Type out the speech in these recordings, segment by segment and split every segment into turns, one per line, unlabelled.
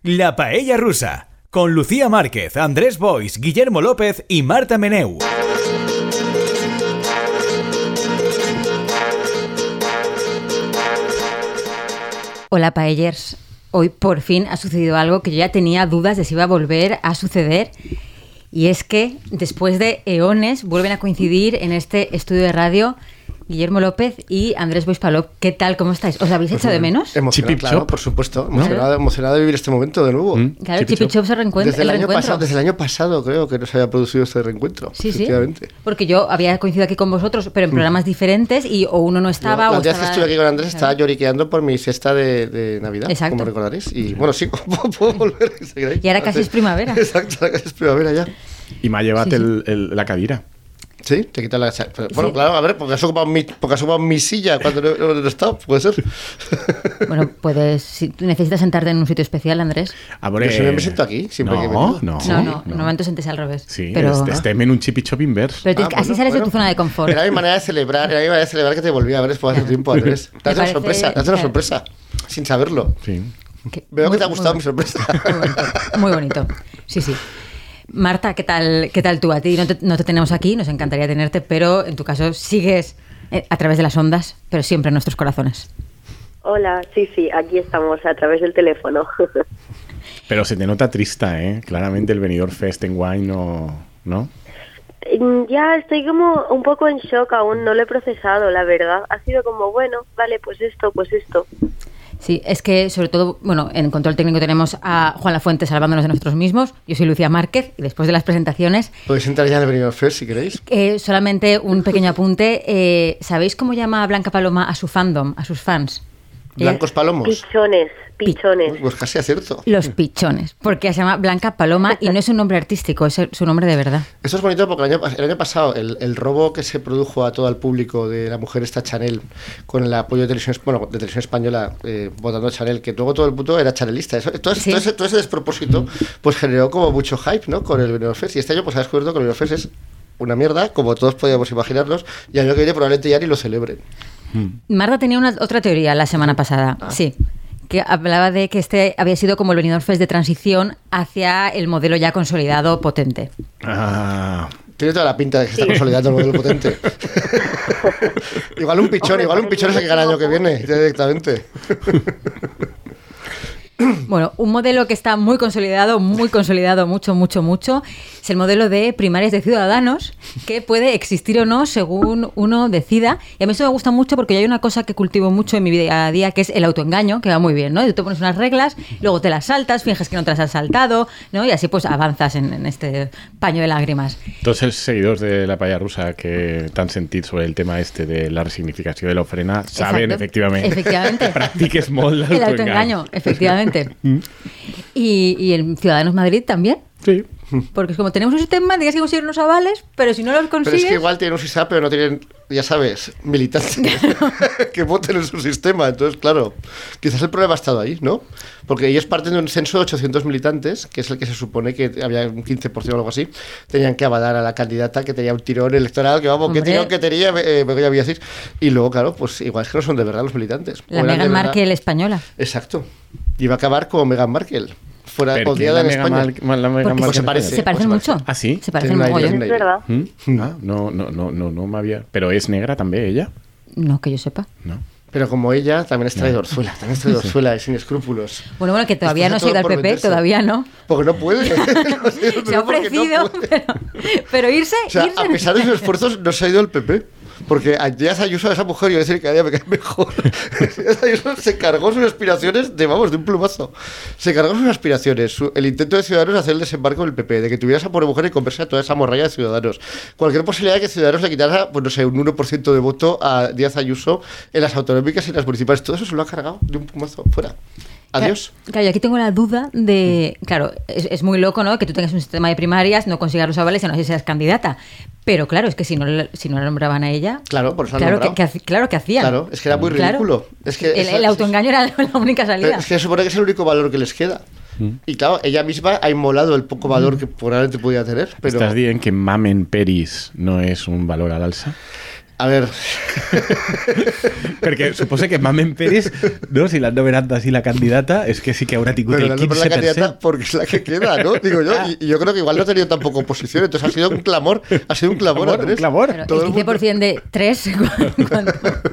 La Paella Rusa, con Lucía Márquez, Andrés Bois, Guillermo López y Marta Meneu.
Hola, paellers. Hoy por fin ha sucedido algo que yo ya tenía dudas de si iba a volver a suceder. Y es que después de eones vuelven a coincidir en este estudio de radio Guillermo López y Andrés Boispalop. ¿Qué tal? ¿Cómo estáis? ¿Os habéis
Pues
hecho de menos?
Mm. Emocionado,
Chip y
claro,
Chop.
por supuesto. Emocionado, emocionado de vivir este momento de nuevo.
Mm.
Claro,
Chip y
Chip y
Chop.
Chop se reencuentra.
Desde el, año
reencuentro.
pasado, desde el año pasado creo que no se había producido este reencuentro.
Sí, sí.
efectivamente.
Porque yo había coincidido aquí con vosotros, pero en programas diferentes y o uno no estaba
Yo,
o
los días
estaba...
que estuve aquí con Andrés estaba
Claro.
lloriqueando por mi cesta de, de Navidad,
Exacto.
como recordaréis. Y bueno, sí, puedo volver. a seguir ahí.
Y ahora casi es primavera.
Exacto, ahora casi es primavera ya.
Y me ha llevado
Sí, sí.
el- el- la cadira.
Sí, te quitan la cha- pero, Bueno,
Sí.
claro, a ver, porque has ocupado mi, porque has ocupado mi silla cuando no, no- no he estado, puede ser.
Bueno, puedes... Si tú necesitas sentarte en un sitio especial, Andrés.
Amore,
Yo siempre me siento aquí, siempre
no,
que he venido.
No,
No, no, normalmente sentes al revés.
Sí,
pero...
este- estem en un chip y chop inverse.
Pero te-
Ah,
así
bueno,
sales de
bueno.
tu zona de confort.
Era mi manera de celebrar, era mi manera de celebrar que te volví a ver después de hace tiempo, Andrés. Te has dado
parece-
una sorpresa, te has dado una
claro.
sorpresa, sin saberlo.
Sí.
Que-
Veo
muy-
que te ha
muy
gustado mi
bonito.
sorpresa.
Muy bonito, muy bonito. Sí, sí. Marta, ¿qué tal, qué tal tú? A ti no te, no te tenemos aquí, nos encantaría tenerte, pero en tu caso sigues eh, a través de las ondas, pero siempre en nuestros corazones.
Hola, sí, sí, aquí estamos a través del teléfono.
Pero se te nota trista, ¿eh? Claramente el venidor Fest en Wine no... ¿No?
Mm, ya estoy como un poco en shock aún, no lo he procesado, la verdad. Ha sido como, bueno, vale, pues esto, pues esto.
Sí, es que sobre todo, bueno, en control técnico tenemos a Juan Lafuente salvándonos de nosotros mismos. Yo soy Lucía Márquez y después de las presentaciones,
Podéis entrar ya en el Benidorm Fest si queréis.
eh, solamente un pequeño apunte. eh, ¿Sabéis cómo llama Blanca Paloma a su fandom, a sus fans? Ella-
Blancos palomos.
Pichones,
Uy,
pichones.
Pues casi acierto.
Los pichones, porque se llama Blanca Paloma y no es un nombre artístico, es el- su nombre de verdad.
Eso es bonito porque el año, el año pasado el, el robo que se produjo a todo el público de la mujer esta Chanel con el apoyo de televisión, bueno, de televisión española eh, votando a Chanel, que luego todo el mundo era chanelista. Eso, todo, ese-
Sí.
todo ese, todo ese despropósito pues generó como mucho hype ¿no? con el Benidorm Fest. Y este año pues ha descubierto que el Benidorm Fest es una mierda, como todos podíamos imaginarnos, y al año que viene probablemente ya ni lo celebren.
Marta tenía una, otra teoría la semana pasada, sí, que hablaba de que este había sido como el Benidorm Fest de transición hacia el modelo ya consolidado potente.
Ah,
Tiene toda la pinta de que se está
Sí.
consolidando el modelo potente. igual un pichón,
Hombre,
igual un
porque
pichón es el que gana el año que viene, ya directamente.
Bueno, un modelo que está muy consolidado, muy consolidado, mucho, mucho, mucho, es el modelo de primarias de ciudadanos, que puede existir o no según uno decida. Y a mí eso me gusta mucho porque yo hay una cosa que cultivo mucho en mi vida a día, que es el autoengaño, que va muy bien, ¿no? Tú te pones unas reglas, luego te las saltas, finges que no te las has saltado, ¿no? Y así pues avanzas en, en este paño de lágrimas.
tots els seguidors de la palla rusa que t'han sentit sobre el tema este de la resignificació de l'ofrena saben,
Exacto.
efectivament,
Efectivamente.
que practiques molt
El autoengaño,
l'autoengany.
efectivamente. Y, y el Ciudadanos Madrid también.
Sí.
Porque es como tenemos un sistema, tienes que conseguir unos avales, pero si no los
Pero es
consigues...
que igual tienen un SISA, pero no tienen, ya sabes, militantes que voten en su sistema. Entonces, claro, quizás el problema ha estado ahí, ¿no? Porque ellos parten de un censo de 800 militantes, que es el que se supone que había un 15% o algo así, tenían que avalar a la candidata que tenía un tirón electoral, que vamos, qué
Hombre.
tirón que tenía, eh, Begoña Villasís. Y luego, claro, pues igual es que no son de verdad los militantes.
La
O eran de
Meghan
verdad-
Markle española.
Exacto. Y va a acabar como Meghan Markle, fuera
Per què
odiada
la
en
Mega
España.
Mal- la Mega
Porque
Mal-
se
en
parece.
España?
Se parecen
pues se
mucho.
parece.
Ah, sí?
Se parecen
Tiene un aire,
mogollón.
tiene
Es verdad.
Mm? Ah, no, no, no, no, no m'havia... Però és negra també, ella?
No, que yo sepa.
No.
Pero como ella, también es traidorzuela, también es traidorzuela, es sin escrúpulos.
Bueno, bueno, que todavía no
Esto
se
hace
ha ido
todo
al
por
PP,
meterse.
todavía no.
Porque no puede. No sé,
Se ha
porque no
ofrecido,
puede.
pero, pero irse,
O sea,
irse.
a pesar de sus esfuerzos, no se ha ido el PP. Porque Díaz Ayuso, esa mujer, yo decir que cada día me cae mejor. Díaz Ayuso se cargó sus aspiraciones de, vamos, de un plumazo. Se cargó sus aspiraciones. su- el intento de Ciudadanos de hacer el desembarco del PP, de que tuviera esa pobre mujer y comprarse a toda esa morralla de Ciudadanos. Cualquier posibilidad de que Ciudadanos le quitara, pues no sé, un 1% de voto a Díaz Ayuso en las autonómicas y en las municipales. Todo eso se lo ha cargado de un plumazo. Fuera. Adiós.
Claro, claro, y aquí tengo la duda de. Claro, es, es muy loco, ¿no? Que tú tengas un sistema de primarias, no consigas los avales y no sé si seas candidata. Pero claro, es que si no, la- si no la nombraban a ella.
Claro, por eso la han
claro, que,
nombrado.
que haci- claro que hacían.
Claro, es que era muy ridículo. Es que
el,
esa-
el autoengaño era la única
Pero
salida.
es que se supone que es el único valor que les queda.
Mm.
Y claro, ella misma ha inmolado el poco valor que probablemente podía tener. Pero
Estàs dient que mamen peris no és un valor a l'alça?
A ver,
Perquè suposa que Mamen Pérez, no? si l'han nomenat així la candidata, és que sí que haurà tingut
pero la
el
nombra la
15%.
candidata porque es la que queda, ¿no? Digo yo, y, y yo creo que igual no ha tenido tampoco oposición, entonces ha sido un clamor, ha sido un clamor,
clamor,
Andrés.
un clamor.
Pero
Todo el
el 15% de 3,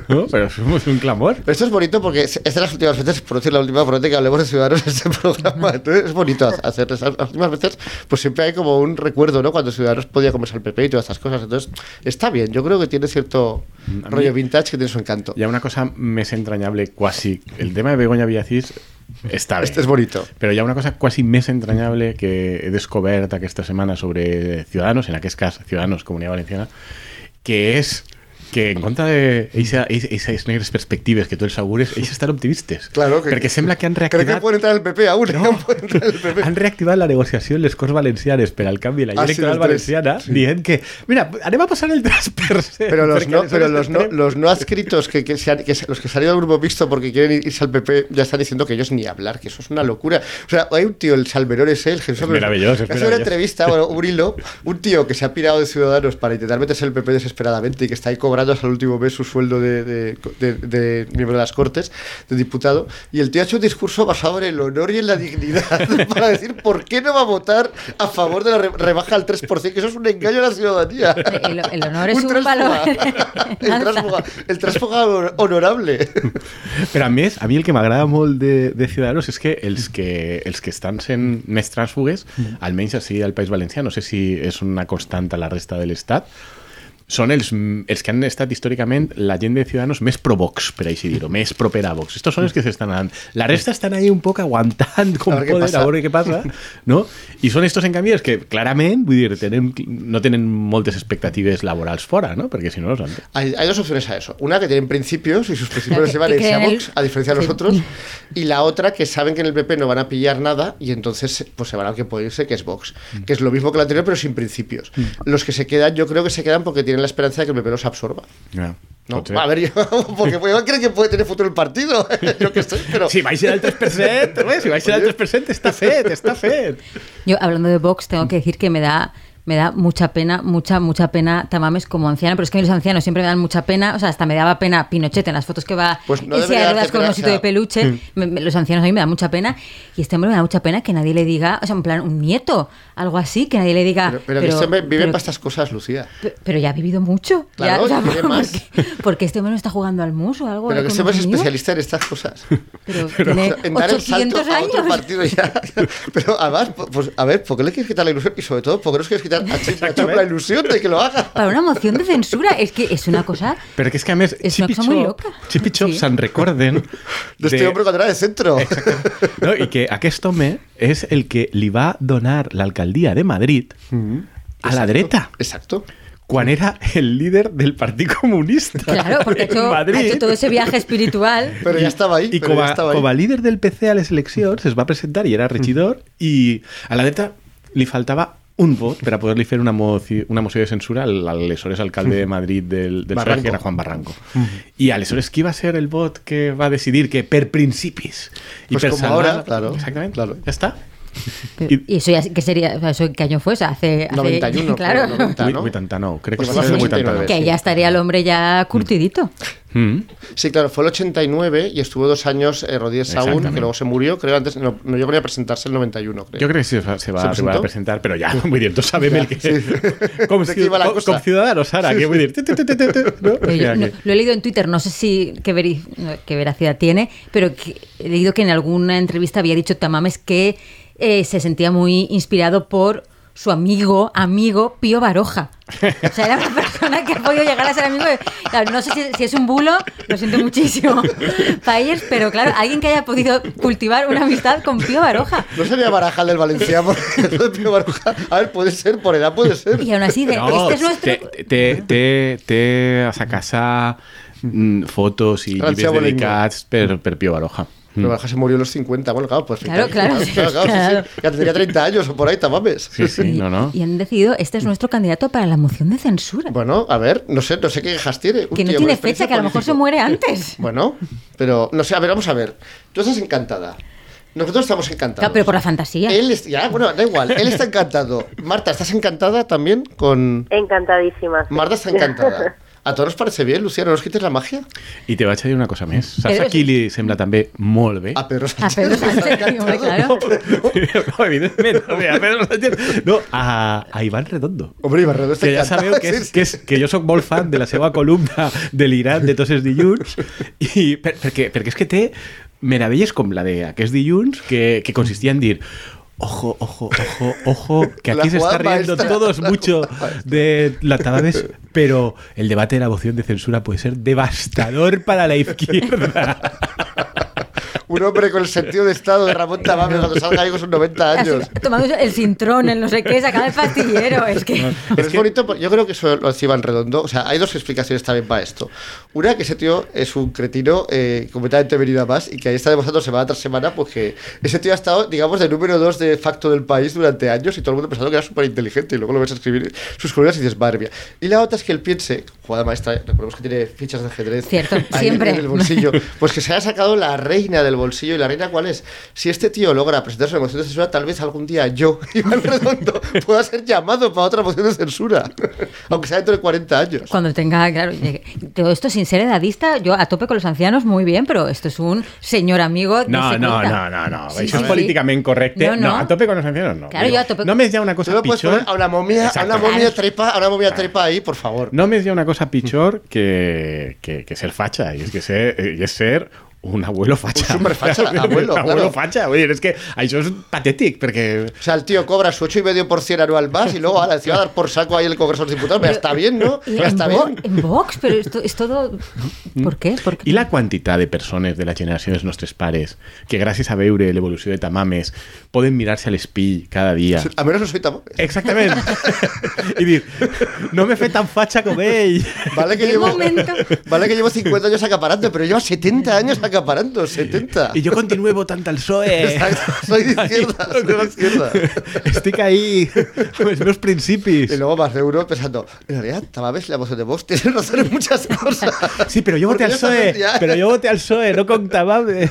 No, pero somos un clamor.
Pero esto es bonito porque es es de las últimas veces, por decir la última vez que hablemos de Ciudadanos en este programa. Entonces es bonito ha- hacer esas las últimas veces, pues siempre hay como un recuerdo, ¿no? Cuando Ciudadanos podía comerse al PP y todas estas cosas. Entonces está bien, yo creo que tiene cierto
Mm, A mí-
rollo vintage que tiene su encanto.
Hi ha una cosa més entranyable, quasi... El tema de Begoña Villacís està bé.
Este es bonito.
Però hi ha una cosa quasi més entranyable que he descobert aquesta setmana sobre Ciudadanos, en aquest cas Ciudadanos, Comunidad Valenciana, que és que en contra de aquestes negres perspectives que tu els augures, ells estan optimistes.
Claro que-
Perquè sembla que han
Creo que
reactivat,
puede entrar el PP aún.
No.
puede entrar el PP.
han reactivat la negociació en les Corts Valencianes per al canvi de la llei
Ah, sí,
electoral
del tres.
valenciana, dient que, mira, anem a passar el 3%.
Pero los
perquè
no, pero
aleshores
los no,
tendrem-
los no adscritos que, que se han- que se- los que han salido del grupo mixto porque quieren irse al PP ya están diciendo que ellos ni hablar, que eso es una locura. O sea, hay un tío, el Salverón ese, el Jesús
Es maravilloso, es
hace una
maravilloso.
entrevista, bueno, un hilo, un tío que se ha pirado de Ciudadanos para intentar meterse en el PP desesperadamente y que está ahí cobrando hasta el último mes su sueldo de, de- de- de miembro de las Cortes, de diputado, y el tío ha hecho un discurso basado en el honor y en la dignidad para decir por qué no va a votar a favor de la re- rebaja al 3%, que eso es un engaño a la ciudadanía.
El, el honor es un,
tránsfuga.
valor.
el tránsfuga, el tránsfuga honor- honorable.
Però a més, a mi el que m'agrada molt de, de Ciudadanos és que els que, els que estan sent més trànsfugues,
Mm.
almenys així al País Valencià, no sé si és una constant a la resta de l'Estat, són els, els que han estat històricament la gent de Ciudadanos més pro-Vox, per així dir-ho, més propera a Vox. Estos són els que s'estan anant. La resta estan ahí un poc aguantant com
A veure què
poden,
passa.
a veure què passa, no? I són estos, en canvi, els que clarament, vull dir, tenen, no tenen moltes expectatives laborals fora, no? Perquè si no, no són...
Hay, hay dos opciones a eso. Una que tienen principios y sus principios
Claro, que-
les llevan
que
a
creen
Vox,
el-
a diferencia de
Sí.
nosotros. Y la otra que saben que en el PP no van a pillar nada y entonces pues se van a que puede irse, que es Vox.
Mm.
Que es lo mismo que la anterior, pero sin principios. Los que se quedan, yo creo que se quedan porque tienen la esperanza de que el PP los absorba.
Ja,
No,
pot
Pues
ser.
a ver, yo, porque creo que puede tener futuro el partido. yo que estoy, pero.
Si vais a ir al 3%, ¿ves? si vais a ir al 3%, está fet, está fet.
Yo hablando de Vox tengo que decir que me da me da mucha pena, mucha, mucha pena Tamames como anciano, pero es que a mí los ancianos siempre me dan mucha pena, o sea, hasta me daba pena Pinochet en las fotos que va
Pues no
en silla
debería
de ruedas
darte
con un
pena, o
osito de
sea,
peluche, Me- me- los ancianos a mí me dan mucha pena, y este hombre me da mucha pena que nadie le diga, o sea, en plan, un nieto, algo así, que nadie le diga...
Pero, pero que este hombre vive
Ah, pero-
para estas cosas, Lucía.
pe- pero ya ha vivido mucho, ya,
Claro,
o sea,
y quiere
porque,
más.
porque este hombre no está jugando al mus o algo.
Pero que
con
este hombre es
un niño,
especialista en estas cosas.
Pero tiene
O sea, en dar el
800
salto a otro
años.
partido ya. Pero además, po- pues a ver, ¿por qué le quieres quitar la ilusión? Y sobre todo, ¿por qué no os quieres quitar a Chip- a Chop la ilusión de que lo haga?
Para una moción de censura, es que es una cosa...
Pero que es que a més,
És una
Chip i
cosa molt
Chop-
loca.
Chip i Chop
Sí.
se'n recorden
De este hombre cuando era de centro.
No, I que aquest home és el que li va donar l'alcaldia de Madrid a la dreta,
Exacto.
quan era el líder del Partit Comunista
Claro, porque ha
en
hecho, ha
Madrid.
hecho todo ese viaje espiritual.
Pero ya estaba ahí.
I
pero
com
ya
a,
estaba ahí.
com a líder del PC a les eleccions es va presentar i era regidor i a la dreta li faltava un vot per a poder-li fer una, moció, una moció de censura al aleshores alcalde de Madrid del, del PSOE,
Barranco.
que era Juan Barranco. I aleshores qui va ser el vot que va decidir que per principis i
Pues
per
com
salvar-
ara, claro,
Exactament,
claro.
ja està.
Pero- y eso ya que sería, o sea, eso qué año fue, o sea, hace, hace-
91,
claro,
creo, 90.
Ui,
no?
89, crec que
Pues
va ser el
sí,
89.
que
sí.
ya estaría el hombre ya curtidito.
Mm.
Sí, claro, fue el 89 y estuvo dos años eh, Rodríguez Saúl,
Exactamente.
que luego se murió. Creo antes, no, no llegó ni a presentarse el 91, creo.
Jo crec que sí, se va, se va
¿Se
arribar a
presentó?
presentar, però ja, vull dir, tots sabem el que... Com,
De
ci,
què iba la
com,
cosa.
com ciudadanos, ara, que vull dir... tu, tu, tu, tu, tu, no? O
Pero yo
sea,
no-
que-
lo he leído en Twitter, no sé si qué, veri- no, qué veracidad tiene, pero que- he leído que en alguna entrevista había dicho Tamames que eh, se sentía muy inspirado por su amigo, amigo Pío Baroja. O sea, era una persona que ha podido llegar a ser amigo. de- claro, no sé si, si es un bulo, lo siento muchísimo para ellos, pero claro, alguien que haya podido cultivar una amistad con Pío Baroja.
No sería Barajal del Valenciano. a ver, puede ser, por edad puede ser.
Y aún así, de,
No,
este es nuestro.
té, té, té, té a sa casa mm, fotos i
Francia
llibres
Bolingo.
dedicats per, per Pío Baroja.
Pero Baraja se murió a los 50. Bueno, claro, pues.
Claro,
30,
claro, sí, claro.
Ya tendría 30 años o por ahí, tamames.
Sí, sí, no, no.
Y han decidido, este es nuestro candidato para la moción de censura.
Bueno, a ver, no sé, no sé qué quejas tiene. Un
que no
tío con
tiene
experiencia
fecha, que a lo mejor se
político.
muere antes.
Bueno, pero no sé, a ver, vamos a ver. Tú estás encantada. Nosotros estamos encantados.
Claro, pero por la fantasía.
Él es- ya, bueno, da igual. Él está encantado. Marta, ¿estás encantada también con.
Encantadísima.
Marta está encantada. A todos nos parece bien, Luciano, nos quites la magia.
I te vaig a dir una cosa més. Saps
Pedro,
a qui li sembla també molt bé?
A Pedro Sánchez.
Pedro
nos ha
Sánchez,
encantado.
hombre, Ah, claro.
no, evidentment. A veure, a Pedro Sánchez. No, a, a Ivan Redondo.
Hombre, Ibarredo está
Que ja
encantado.
sabeu que, és, que, és, que jo sóc molt fan de la seva columna delirant de tots els dilluns i per, perquè, perquè és que té meravelles com la de aquests dilluns que, que consistia en dir Ojo, ojo, ojo, ojo, que
La
aquí se está
jugada
riendo
maestra.
todos mucho de la Tavares, pero el debate de la moción de censura puede ser devastador para la izquierda.
Un hombre con el sentido de estado de Ramón Tamames cuando salga ahí con sus 90
Así,
años.
tomando el cintrón, el no sé qué, sacar el pastillero. Es que.
Pero es, bonito, por- yo creo que eso lo hace Iván Redondo. O sea, hay dos explicaciones también para esto. Una, que ese tío es un cretino eh, completamente venido a más y que ahí está demostrando semana tras semana, pues que ese tío ha estado, digamos, de número dos de facto del país durante años y todo el mundo pensando que era súper inteligente y luego lo ves a escribir sus columnas y dices, madre mía". Y la otra es que él piense, jugada maestra, recordemos que tiene fichas de ajedrez.
Cierto,
ahí
siempre.
En el bolsillo. Pues que se haya sacado la reina del bolsillo. ¿Y la reina cuál es? Si este tío logra presentarse una moción de censura, tal vez algún día yo, Iván Redondo, pueda ser llamado para otra moción de censura. Aunque sea dentro de 40 años.
Cuando tenga, claro, llegue- todo esto sin ser edadista, yo a tope con los ancianos, muy bien, pero esto es un señor amigo.
No,
se
no,
cuenta.
no, no, no.
Sí, sí,
Això és
sí.
políticament correcte. No, no. no, a tope con los ancianos no.
Claro, yo a tope-
Només hi ha una
¿Tú
cosa
no puedes
pitjor.
poner a una momia, a una
Exacte.
momia trepa, a una momia trepa ahí, por favor?
Només hi ha una cosa pitjor que, que, que ser facha, i és, que ser, i és ser un abuelo facha.
Un superfacha, abuelo, claro.
abuelo facha. Vull dir, és que això és patètic, perquè...
O sea, el tío cobra su 8,5% anual más y luego a la ciudad dar por saco ahí el Congreso de los Diputados. Pero está bien, ¿no?
Y
Pero
en,
está
Vo-
bien.
en Vox, pero esto es todo. ¿Por qué? ¿Por qué?
I Mm. la quantitat de persones de la generació dels nostres pares que gràcies a veure l'evolució de Tamames poden mirar-se a l'espill cada dia.
A menos no soy tan...
Exactament. I dir, no m'he fet tan fatxa com ell.
Vale que,
¿Qué
llevo,
momento?
vale que llevo 50 años acaparando, pero llevo 70 años acaparando, 70.
I jo continuo votant al PSOE.
Exacto, soy de izquierda, soy de la izquierda.
Estic ahí amb els meus principis.
Y luego más de uno pensando, en realidad, Tamames, la voz de vos tiene razón en muchas cosas.
Sí, pero yo voté al
Porque ellos
PSOE.
hacen ya-
Pero yo voté al PSOE, no con Tamames.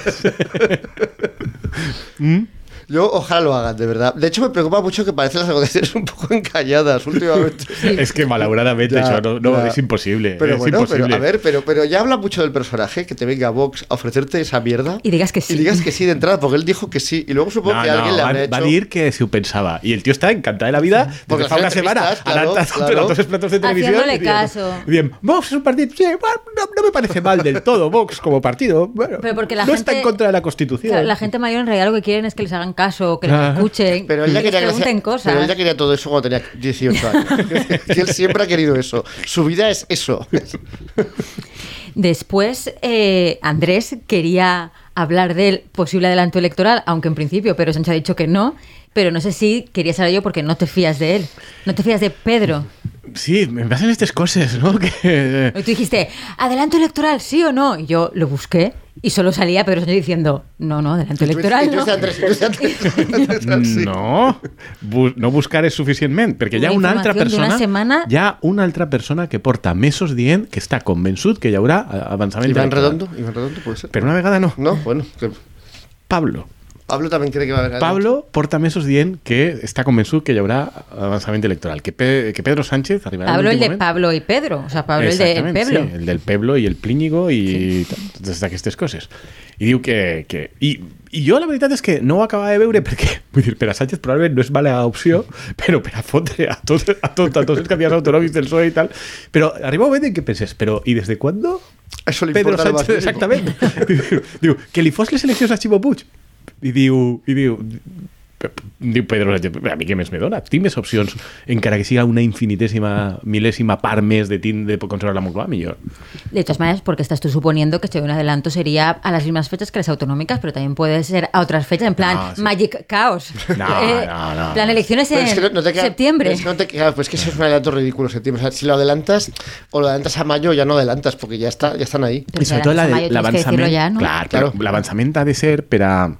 Yo ojalá lo hagan, de verdad. De hecho, me preocupa mucho que parecen las negociaciones un poco encalladas últimamente.
Es que malauradamente
Ya,
eso no, no,
ya.
es imposible.
Pero
es
bueno,
imposible.
pero a ver, pero, pero ya habla mucho del personaje, que te venga Vox a ofrecerte esa mierda.
Y digas que sí.
Y digas que sí de entrada, porque él dijo que sí. Y luego supongo
No,
que
no,
alguien le
va,
habrá hecho...
va a decir que se lo pensaba. Y el tío está encantado de la vida desde
Porque
fa
hacer
una semana.
entrevistas,
Ahora
claro,
está
claro.
los platos de televisión.
Haciéndole
y diciendo,
caso.
Bien, Vox es un partido. Sí, bueno, no, no me parece mal del todo, Vox como partido. Bueno,
Pero porque la
no está
gente-
en contra de la Constitución.
Claro, la gente mayor en realidad lo que quieren es que les hagan caso, que les
Claro.
escuchen,
Pero él,
que
ya
les
quería que le hacía-
pregunten cosas.
pero él ya quería todo eso cuando tenía 18 años. que él siempre ha querido eso. Su vida es eso.
Después, eh, Andrés quería hablar del posible adelanto electoral, aunque en principio Pedro Sánchez ha dicho que no, pero no sé si quería saber yo porque no te fías de él, no te fías de Pedro.
Sí, me pasan estas cosas, ¿no? Que...
Y tú dijiste, ¿adelanto electoral sí o no? Y yo lo busqué y solo salía Pedro Sánchez diciendo, no, no, adelanto
Y tú- y
electoral
tú
no.
dices, Andrés, y tú dices, Andrés, Andrés, Andrés, Ah, sí.
Mm, No, bu- no buscar és suficientment, perquè hi ha
Una
una altra
informació
persona,
d'una setmana-
hi ha una altra persona que porta mesos dient que està convençut que hi haurà eh, avançament.
Iván
electoral.
Redondo, Iván Redondo puede ser.
Però una vegada no.
No, bueno, que
Pablo.
Pablo también cree que va a haber
Pablo porta mesos dient que està convençut que hi haurá avançament electoral, que, Pe- que Pedro Sánchez arribarà
Pablo el
en l'últim
de
moment.
Pablo y Pedro, o sea, Pablo el de el
Exactament,
Pablo.
Sí, el del Peblo i el Plíñigo i sí. totes aquestes coses. I diu que... que i, I jo la veritat és que no ho acabava de veure perquè, vull dir, per a Sánchez probablement no és mala opció, però per a fotre a, tot, a, tot, a tots els candidats autonòmics del PSOE E i tal. Però arriba un moment en què penses, però i des de quan?
Eso le
Pedro
importa lo más
Sánchez,
mínimo.
exactament. diu, diu, que li fos les eleccions a Ximo Puig. I diu, i diu, diu Pedro Sánchez, a mi què més me dona? Tinc més opcions, encara que siga una infinitèsima, mil·lésima part més de, tin- de conservar la Moncloa, millor.
De todas maneras, porque estás tú suponiendo que si hay un adelanto sería a las mismas fechas que las autonómicas, pero también puede ser a otras fechas, en plan
No, sí.
Magic Chaos. Eh,
No, no, no.
plan elecciones en
Pero es que no- no te queda-
septiembre.
es que no te queda- pues que eso es un adelanto ridículo. septiembre. O sea, si lo adelantas o lo adelantas a mayo, ya no adelantas porque ya, está, ya están ahí.
Pero adelantas a mayo, tienes que decirlo ya, ¿no?
clar,
Claro.
claro. l'avançament ha de ser per a,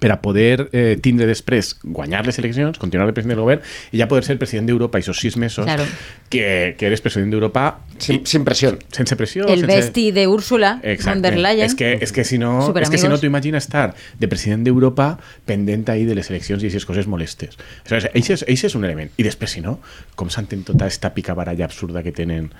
per a poder eh, tindre després guanyar les eleccions, continuar de president del govern i ja poder ser president d'Europa i esos sis mesos
Claro.
que, que eres president d'Europa
Sin, sin presión.
sense pressió.
El
sense...
Besti de Úrsula von
Exacte.
der Leyen.
És que, és que si no, és que
Superamigos.
si no t'ho imagina estar de president d'Europa pendent ahir de les eleccions i aquestes coses molestes. Aleshores, això és, això és un element. I després, si no, com s'entén tota aquesta picabaralla absurda que tenen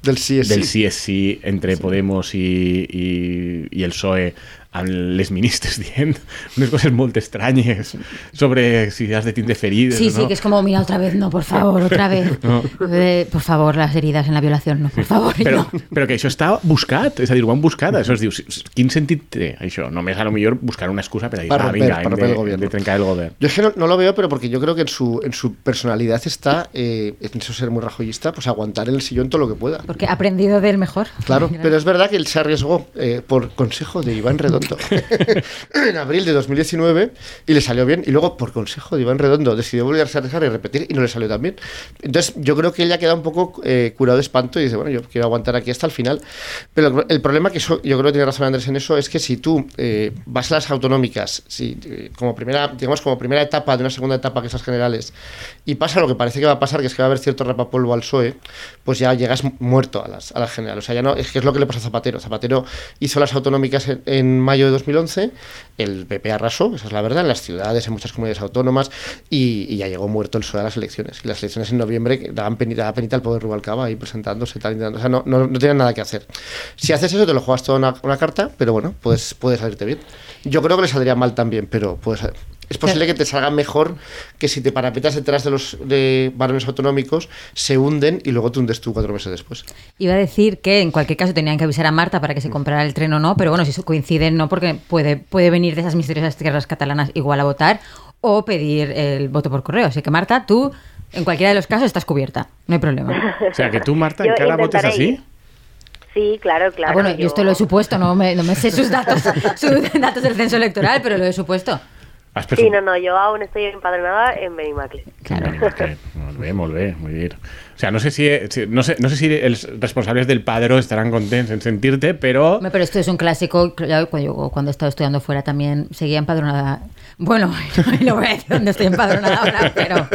Del sí es
del
sí.
sí és sí entre Podemos i, i, i el PSOE amb les ministres dient unes coses molt estranyes sobre si has de tindre ferides
Sí,
o no.
sí, que es como, mira, otra vez, no, por favor, otra vez. Eh, por favor, las heridas en la violación, no, por favor.
Però,
no.
però que això està buscat, és a dir, ho han buscat. Això es diu, si- si- quin sentit té això? Només a lo millor buscar una excusa per a dir,
Para
ah,
romper-
vinga,
para
hem
romper el
de, hem
gobierno".
de trencar el govern.
Yo es que no, no lo veo, pero porque yo creo que en su, en su personalidad está, eh, en eso ser muy rajoyista, pues aguantar en el sillón todo lo que pueda.
Porque he aprendido del mejor.
Claro, pero es verdad que él se arriesgó eh, por consejo de Iván Redondo en abril de 2019 y le salió bien. Y luego, por consejo de Iván Redondo, decidió volverse a arriesgar y repetir y no le salió tan bien. Entonces, yo creo que él ya queda un poco eh, curado de espanto y dice: Bueno, yo quiero aguantar aquí hasta el final. Pero el problema, que eso- yo creo que tiene razón Andrés en eso, es que si tú eh, vas a las autonómicas, si, eh, como primera, digamos, como primera etapa de una segunda etapa que son las generales, y pasa lo que parece que va a pasar, que es que va a haber cierto rapapolvo al PSOE, pues ya llegas mu- muerto a las, a las generales. O sea, ya no, es que es lo que le pasó a Zapatero. Zapatero hizo las autonómicas en, en mayo de 2011, el PP arrasó, esa es la verdad, en las ciudades, en muchas comunidades autónomas, y, y ya llegó muerto el PSOE E a las elecciones. Y las elecciones en noviembre que daban penita, daba penita al poder Rubalcaba ahí presentándose, tal, intentando- o sea, no, no, no tenían nada que hacer. Si haces eso, te lo juegas toda una, una carta, pero bueno, puedes, puedes salirte bien. Yo creo que le saldría mal también, pero puedes... Es posible que te salga mejor que si te parapetas detrás de los de varones autonómicos, se hunden y luego te hundes tú cuatro meses después.
Iba a decir que en cualquier caso tenían que avisar a Marta para que se comprara el tren o no, pero bueno, si eso coinciden, no, porque puede, puede venir de esas misteriosas tierras catalanas igual a votar o pedir el voto por correo. Así que Marta, tú en cualquiera de los casos estás cubierta, no hay problema.
O sea, que tu, Marta,
Yo
encara votes
intentaré
així?
ir. Sí, claro, claro.
Ah, bueno, yo esto lo he supuesto, no me, no me sé sus datos, sus datos del censo electoral, pero lo he supuesto.
Has
Sí,
presum-
no, no, yo aún estoy empadronada en Benimacle.
Claro.
Que- Molt bé, molt bé, muy bien. O sea, no sé si, si- no sé, no sé si els responsables del padró estarán contentos en sentirte, pero...
Hombre, Pero esto es un clásico. ya Cuando, yo- cuando estaba estudiando fuera también seguía empadronada. Bueno, no voy a decir dónde estoy empadronada ahora, pero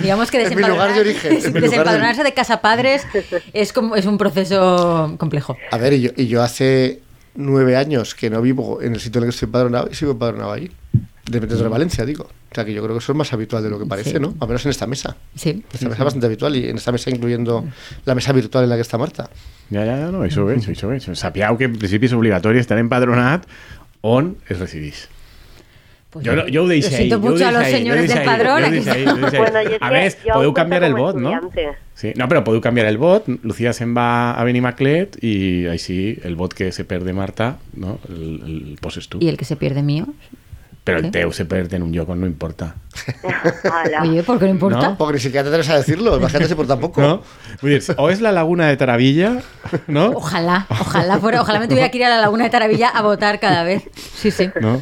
digamos que
En mi lugar de origen, en mi lugar de
desempadronarse de casa padres es como es un proceso complejo.
A ver, y yo, y yo hace nueve años que no vivo en el sitio en el que estoy empadronado y sigo empadronado allí. De, dentro de Valencia, digo. O sea, que yo creo que eso es más habitual de lo que parece,
Sí.
¿no? Al menos en esta mesa.
Sí.
En Esta mesa es bastante habitual y en esta mesa incluyendo la mesa virtual en la que está Marta.
Ja, ja, ja, no, això ho veig, això ho veig. Sapiau que en principi és obligatori estar empadronat on es resideix.
Pues
jo, no- jo ho deixo
Lo siento
ahí, jo ho
mucho a
deixo
los
ahí,
señores
jo
del
ho deixo ahí,
padrón.
jo ho
aquí
deixo ahí, jo ho deixo ahí.
Bueno, yo es
a
que
més,
yo
podeu
apunto
canviar el
com a
vot, no?
estudiante.
Sí, no, però podeu canviar el vot. Lucía se'n va a Benimaclet i així el vot que se perd de Marta no, el, el poses tu.
Y el que se pierde mío.
Però
Sí.
el teu se perd en un lloc on no importa.
Ala.
Oye, pues, ¿por qué no importa?
No.
Porque ni siquiera te atreves a decirlo, imagínate si por tampoco.
No? Vull dir, o és la laguna de Taravilla, no?
Ojalá, ojalá fuera, ojalá me tuviera que ir a la laguna de Taravilla a votar cada vez. Sí, sí.
no?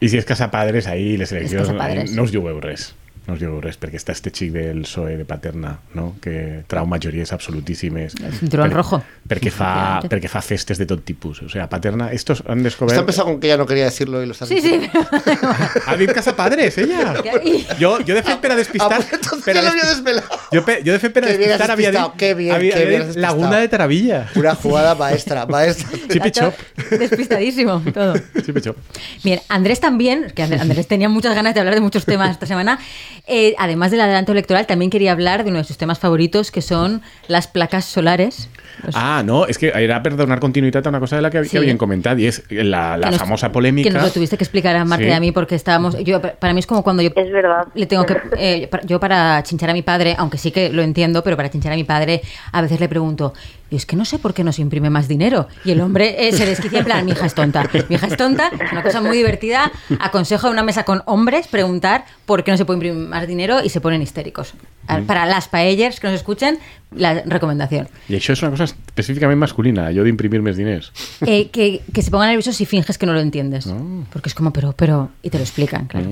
I si és casapadres, ahí les eleccions
casapadres.
ahí no us jugueu res. No us jugueu res, perquè està este xic del PSOE de Paterna, no? que trau majories absolutíssimes.
cinturón rojo.
Perquè fa,
Efectivamente.
perquè fa festes de tot tipus. O sea, Paterna, estos han
Está
descobert...
empezado con que ella no quería decirlo y lo está
Sí, sí.
Ha dit casapadres, ella!
Y-
Jo, jo de fet, per a despistar...
Ah, pues entonces
per a
ya lo había
despistar-
desvelado.
Jo, pe- jo de fet, per a
Qué bien has
despistar, havia
despistado,
dit...
qué bien,
havia,
qué
havia
bien
dit
has despistado.
Laguna de Taravilla.
Una jugada maestra, maestra.
Chipi
Dato
chop.
Despistadísimo todo.
Sí, pues pitjor.
Bien, Andrés también, que Andrés, Andrés tenía muchas ganas de hablar de muchos temas esta semana. Eh, además del adelanto electoral, también quería hablar de uno de sus temas favoritos, que son las placas solares. Los-
Ah, no, és que era per donar continuïtat a una cosa de la que,
Pues- Sí.
que havien comentat i és la, la
que nos-
famosa polèmica...
Que nos lo tuviste que explicar a Marta
Sí.
y a mí porque estábamos. Yo, para mí es como cuando yo.
Es verdad.
Le tengo que. eh, para- yo para chinchar a mi padre, aunque sí que lo entiendo, pero para chinchar a mi padre a veces le pregunto, "Yo es que no sé por qué no se imprime más dinero. Y el hombre eh, se desquicia en plan, mi hija es tonta. Mi hija es tonta, es una cosa muy divertida. Aconsejo a una mesa con hombres preguntar por qué no se puede imprimir más dinero y se ponen histéricos.
Mm.
A- Para las paellers que nos escuchen, la recomendación.
I això és una cosa específicament masculina, allò d'imprimir més diners.
Eh, que, que se pongan nerviosos si finges que no lo entiendes. Porque es como, pero, pero. Y te lo explican, claro.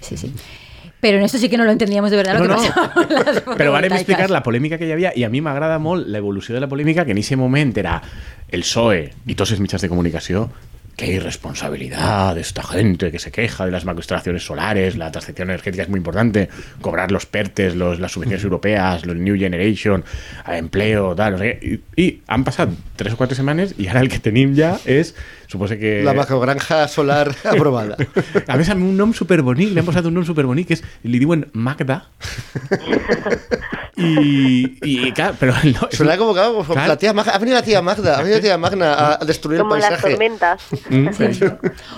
Sí, sí. Pero en esto sí que Ah. no lo entendíamos de verdad lo que pasaba con las
Però vàrem
fotovoltaicas.
explicar la polèmica que hi havia i a mi m'agrada molt l'evolució de la polèmica que en aquest moment era el PSOE i tots els mitjans de comunicació qué irresponsabilidad de esta gente que se queja de las macroestaciones solares, la transición energética es muy importante, cobrar los E PERTES, los, las subvenciones europeas, los New Generation, eh, empleo, tal, no sé què. I, i han passat tres o quatre setmanes i ara el que tenim ja és, suposo que...
La macrogranja solar aprobada.
A més, amb un nom superbonic, li han posat un nom superbonic, que és, li diuen Magda, Y, y claro, pero no, es-
Suena como que vamos,
Claro.
la tía Magda. Ha venido la tía Magda, ha venido la tía Magna a, a destruir
Como
el
las
paisaje.
tormentas.
Mm,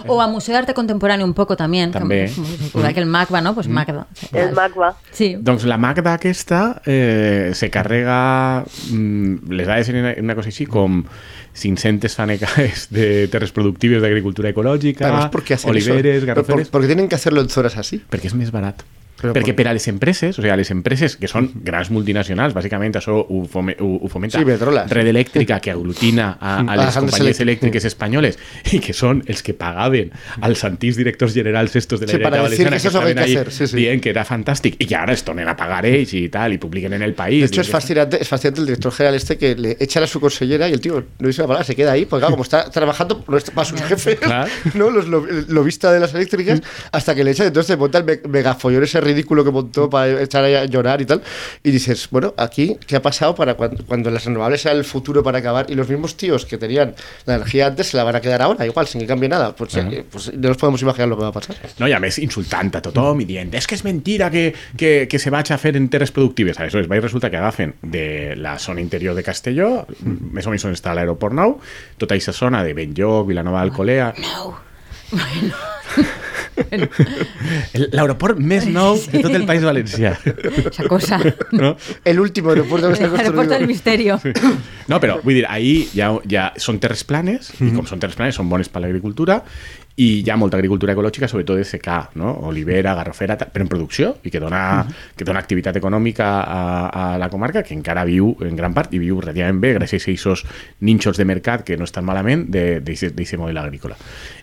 O a Museo de Arte Contemporáneo un poco también.
També.
Igual que el MACBA, ¿no? Pues MACBA.
Eh,
El magma.
Sí.
Doncs la Magda aquesta eh, se carrega, mm, les dades eren una, una cosa així com 500 fanecaes de terres productives d'agricultura ecològica,
Además, ¿por qué hacen
oliveres,
eso? Pero
garroferes...
por- Porque tienen que hacerlo en zonas así.
perquè és més barat.
Però
perquè
per-
per a les empreses, o sigui, a les empreses que són grans multinacionals, bàsicament això ho, fome, ho, ho fomenta
Sí, Iberdrola.
Red Elèctrica, que aglutina a, a les
Ah, Handes
companyies
Elec-
elèctriques espanyoles i que són els que pagaven als antics directors generals estos de la
Sí,
dreta
para decir
valenciana
que eso es lo que hay que
estaven ahí
hacer, sí, sí.
dient que era fantàstic i que ara es tornen a pagar ells i tal, i publiquen en el país.
De hecho, es
dient que-
fascinante, es fascinante el director general este que le echa a su consellera y el tío no dice una palabra, se queda ahí, porque claro, como está trabajando no está para sus jefes,
Claro.
¿no? Los lo, lobista de las eléctricas, hasta que le echa, entonces se monta el me- megafollón ese ridículo que montó para echar ahí a llorar y tal. Y dices, bueno, aquí, ¿qué ha pasado para cuando, cuando las renovables sean el futuro para acabar? Y los mismos tíos que tenían la energía antes se la van a quedar ahora, igual, sin que cambie nada. Pues,
Ajá.
eh, pues no nos podemos imaginar lo que va a pasar.
No, i a més insultant a tothom i dient és que és mentira que, que, que se vaig a fer en terres productives. Aleshores, va i resulta que agafen de la zona interior de Castelló, més o menys on està l'aeroport nou, tota aquesta zona de Benlloc, Vilanova d'Alcolea... El- L'aeroport més nou de tot el País Valencià.
Esa cosa.
No?
El último aeropuerto que se ha
El aeropuerto del
construido.
misterio.
No, però vull dir, ahir ja, ja són terres planes, i com són terres planes són bones per l'agricultura, i hi ha molta agricultura ecològica, sobretot de secà, no? olivera, garrofera, tal, però en producció, i que dona, que dona activitat econòmica a, a la comarca, que encara viu en gran part, i viu relativament bé, gràcies a aquests nínxols de mercat que no estan malament d'aquest model agrícola.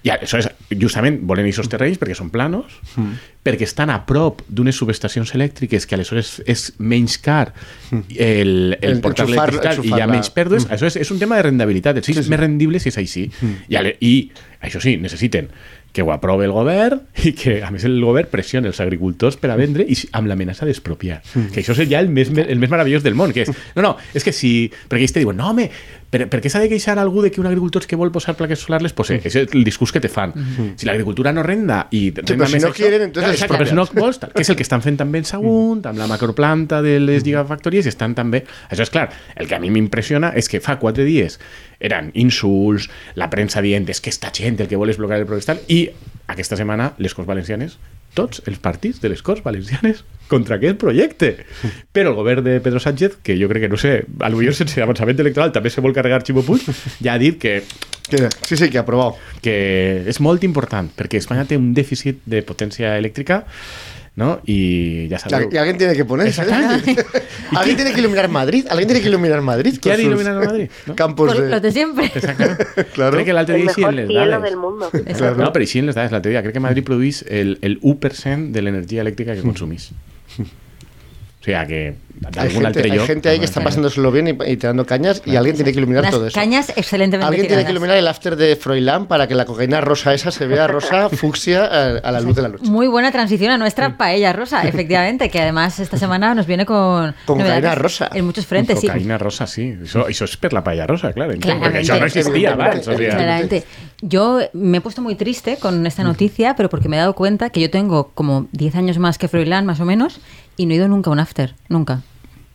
I aleshores, justament, volen aquests terrenys perquè són planos, perquè estan a prop d'unes subestacions elèctriques que aleshores és menys car el, el,
El-
el portar
enxufar-
l'electricitat i hi ha
enxufar-la.
menys pèrdues, això és, és un tema de rendibilitat. El sí, és més rendible si és així. I, ale- I això sí, necessiten que ho aprove el govern i que, a més, el govern pressione els agricultors per a vendre i si- amb l'amenaça d'expropiar. Que això seria el més, el més meravellós del món, que és... No, no, és que si... Perquè ells te diuen, no, home, per, per què s'ha de queixar algú de que un agricultor és que vol posar plaques solars les pose? És el discurs que te fan. Si l'agricultura no renda i renda
però si
més
no
això-
quieren, entonces
Clar, exacte, però si no vols, tal, que és el que estan fent també en Sagunt, amb la macroplanta de les gigafactories, i estan també... Això és clar, el que a mi m'impressiona és que fa quatre dies eren insults, la premsa dient és que esta gent el que vol és blocar el progrés tal", i aquesta setmana les Corts Valencianes tots els partits de les Corts Valencianes contra aquest projecte. Però el govern de Pedro Sánchez, que jo crec que, no sé, potser sense avançament electoral també se vol carregar Ximo Puig, ja ha dit que
Que- Sí, sí, que aprobado.
que és molt important, perquè Espanya té un dèficit de potència elèctrica, no? I ja
Y
sabeu...
al- y alguien tiene que poner.
Exactamente.
alguien tiene que iluminar Madrid. Alguien tiene que iluminar Madrid.
¿Qué ha de
con sus,
iluminar a Madrid? ¿No?
Campos
Por los de
de.
siempre.
Claro.
Crec que l'altre
El
dia sí
mejor
en les
cielo del
dades.
mundo.
Claro.
No, però així en les dades, l'altre dia. Crec que Madrid produeix el, el 1% de l'energia elèctrica que consumís. O sea que
Hay
d'algun
gente,
altre
hay
lloc...
gente ahí que está pasándoselo bien y, y tirando cañas y alguien tiene que iluminar todo
Unas
eso.
cañas excelentemente
Alguien tiene
tiradas.
que iluminar el after de Froilán para que la cocaína rosa esa se vea rosa fucsia a, a la luz de la noche.
Muy buena transición a nuestra paella rosa, efectivamente, que además esta semana nos viene con.
Con cocaína
novedades
rosa.
En muchos frentes, sí.
Cocaïna rosa, sí. Això, això és per la palla rosa, clar. entenc,
Claramente.
Perquè això no existia abans. O sea,
Claramente. Yo me he puesto muy triste con esta noticia, pero porque me he dado cuenta que yo tengo como 10 años más que Froilán, más o menos, y no he ido nunca a un after. Nunca.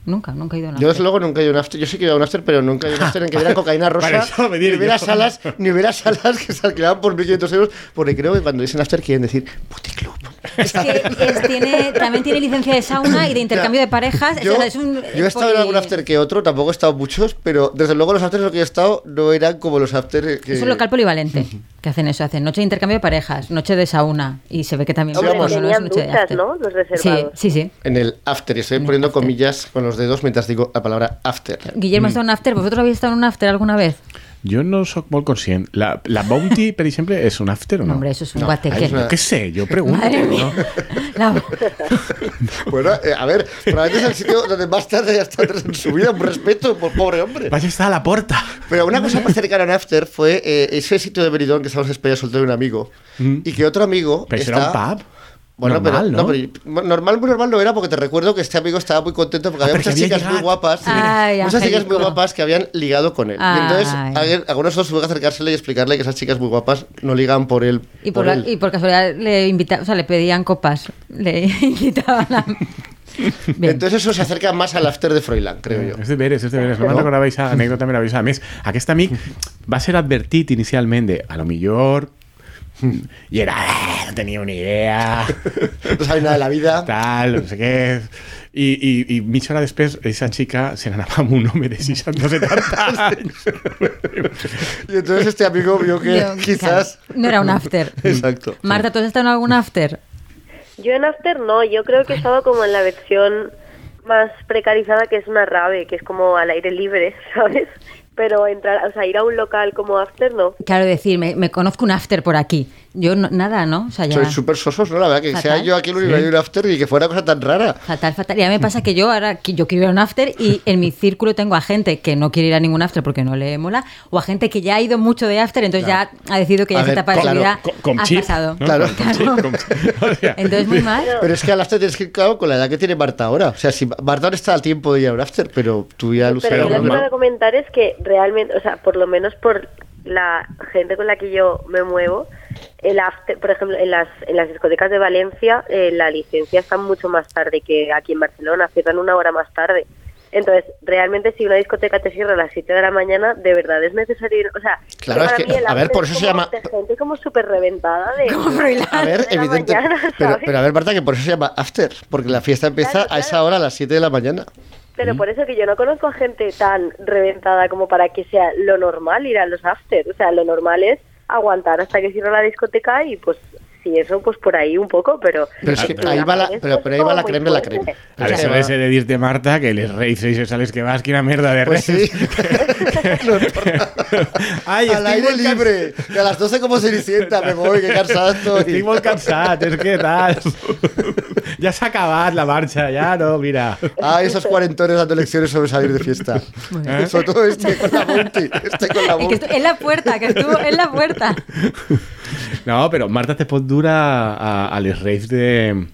Nunca, nunca he ido a un
Yo desde
after.
luego nunca he ido a un after. Yo sí que he ido a un after, pero nunca he ido a un after en que hubiera cocaína rosa,
Vale, eso lo me diré
ni hubiera
yo.
salas, ni hubiera salas que se alquilaban por 1.500 euros, porque creo que cuando dicen after quieren decir puticlub.
Es que es- tiene, también tiene licencia de sauna y de intercambio de parejas.
Yo,
o sea, es un- eh,
yo he estado en
poli-
algún after que otro, tampoco he estado muchos, pero desde luego los afters en los que he estado no eran como los afters que...
Es un local polivalente que hacen eso, hacen noche de intercambio de parejas, noche de sauna y se ve que también
Hombre,
por lo menos
tenían
noche de
duchas,
after.
¿no? Los reservados.
Sí, sí, sí.
En el after, y estoy
En el
poniendo
after.
comillas con los dedos mientras digo la palabra after.
Guillermo ha estado en un after. ¿Vosotros habéis estado en un after alguna vez?
jo no sóc molt conscient. La, la Bounty, per exemple, és un after o no?
Hombre, eso es un
No,
guateque.
Ai, jo què sé, jo pregunto.
Madre
no?
mía. La-
Bueno, eh, a ver, probablemente es el sitio donde más tarde haya estado en su vida, un respeto, por pobre hombre.
Vaig estar a la porta.
Pero una cosa más cercana a un after fue eh, ese sitio de Beridón que estábamos esperando soltero de un amigo. Y que otro amigo.
Però això
está-
Mm. era un pub.
Bueno,
normal,
pero,
no?
pero normal, muy normal no era, porque te recuerdo que este amigo estaba muy contento porque había
porque
muchas
Ah, había
chicas muy
llegado.
guapas.
Ay,
muchas chicas muy
Angélico.
guapas que habían ligado con él.
Ay.
Y entonces alguien- algunos de nosotros tuve que acercársele y explicarle que esas chicas muy guapas no ligan por él.
Y por,
por
la-
él.
y por casualidad le invita, o sea, le pedían copas, le invitaban a... Bien.
Entonces eso se acerca más al after de Froilán, creo yo.
És de veres, és de veres. No me'n recordava aquesta anècdota meravellosa. A més, aquest amic va ser advertit inicialment de, a lo millor, i era, "Ah, no tenia una idea,
No sabe nada de la vida.
tal, no sé què... I, i, i mitja hora després, aquesta xica se n'anava amb un home de 60 o 70 anys.
Y entonces este amigo vio que
Yo,
quizás...
claro, no era un after.
Mm.
Exacto.
Marta, ¿tú has estado en algún after?
Yo en After no, yo creo que he estado como en la versión más precarizada que es una rave, que es como al aire libre, ¿sabes? Pero entrar, o sea, ir a un local como After no.
Claro, decir, me, me conozco un after por aquí. Yo no- nada, ¿no? O sea, ya-
Sois súper sosos, ¿no? La verdad, que sea
Fatal.
yo aquí el único que hay un after y que fuera cosa tan rara.
Fatal, fatal. Y a mí me pasa que yo ahora que yo quiero ir a un after y en mi círculo tengo a gente que no quiere ir a ningún after porque no le mola o a gente que ya ha ido mucho de after, entonces ya ha decidido que
A
ya esa
ver,
etapa de su
claro,
vida
Com, com
ha
xip,
pasado.
no?
Claro.
Com xip, com xip. O sea,
Entonces muy mal.
Pero es que al after tienes que ir claro, con la edad que tiene Marta ahora. O sea, si Marta ahora está a tiempo de ir a un after, pero tú ya
Pero
Lucero.
yo lo que
normal.
quiero comentar es que realmente, o sea, por lo menos por la gente con la que yo me muevo, el after, por ejemplo, en las, en las discotecas de Valencia, eh, la licencia está mucho más tarde que aquí en Barcelona, cierran una hora más tarde. Entonces, realmente si una discoteca te cierra a las 7 de la mañana, de verdad es necesario ir- O sea,
Claro, es
para
que-
mí el
a ver,
after
por
es
eso se
como
llama-
de gente como súper reventada de...
Como Froilán.
A ver,
de la
evidente.
mañana,
Pero,
¿sabes?
pero a ver, Marta, que por eso se llama after, porque la fiesta empieza
Claro,
a
claro.
esa hora, a las 7 de la mañana.
Pero
¿Mm?
por eso que yo no conozco a gente tan reventada como para que sea lo normal ir a los after. O sea, lo normal es aguantar hasta que cierre la discoteca y pues si eso, pues por ahí un poco, pero...
Pero es que
pero
ahí va la,
esto
pero,
es
pero ahí va
como
la
muy
crema de la
fuerte.
crema.
A
Pero es
eso
que
de ser de dirte, Marta, que les reis i sales que vas, quina merda de
Pues
reis.
sí. Lo-
Ai,
al
estic
aire
molt cansat.
libre. Y a las 12 como Cenicienta, me voy, qué cansado
Estic
estoy.
molt cansat, és que tal. Ja s'ha acabat la marxa, ja no, mira.
Ah, esos cuarentones dando lecciones sobre salir de fiesta. Sobre todo este con la Bounty. Este con la
El que
Bounty.
estu- en la puerta, que estuvo en la puerta.
No, però Marta te pot dur a, a, a les raves de...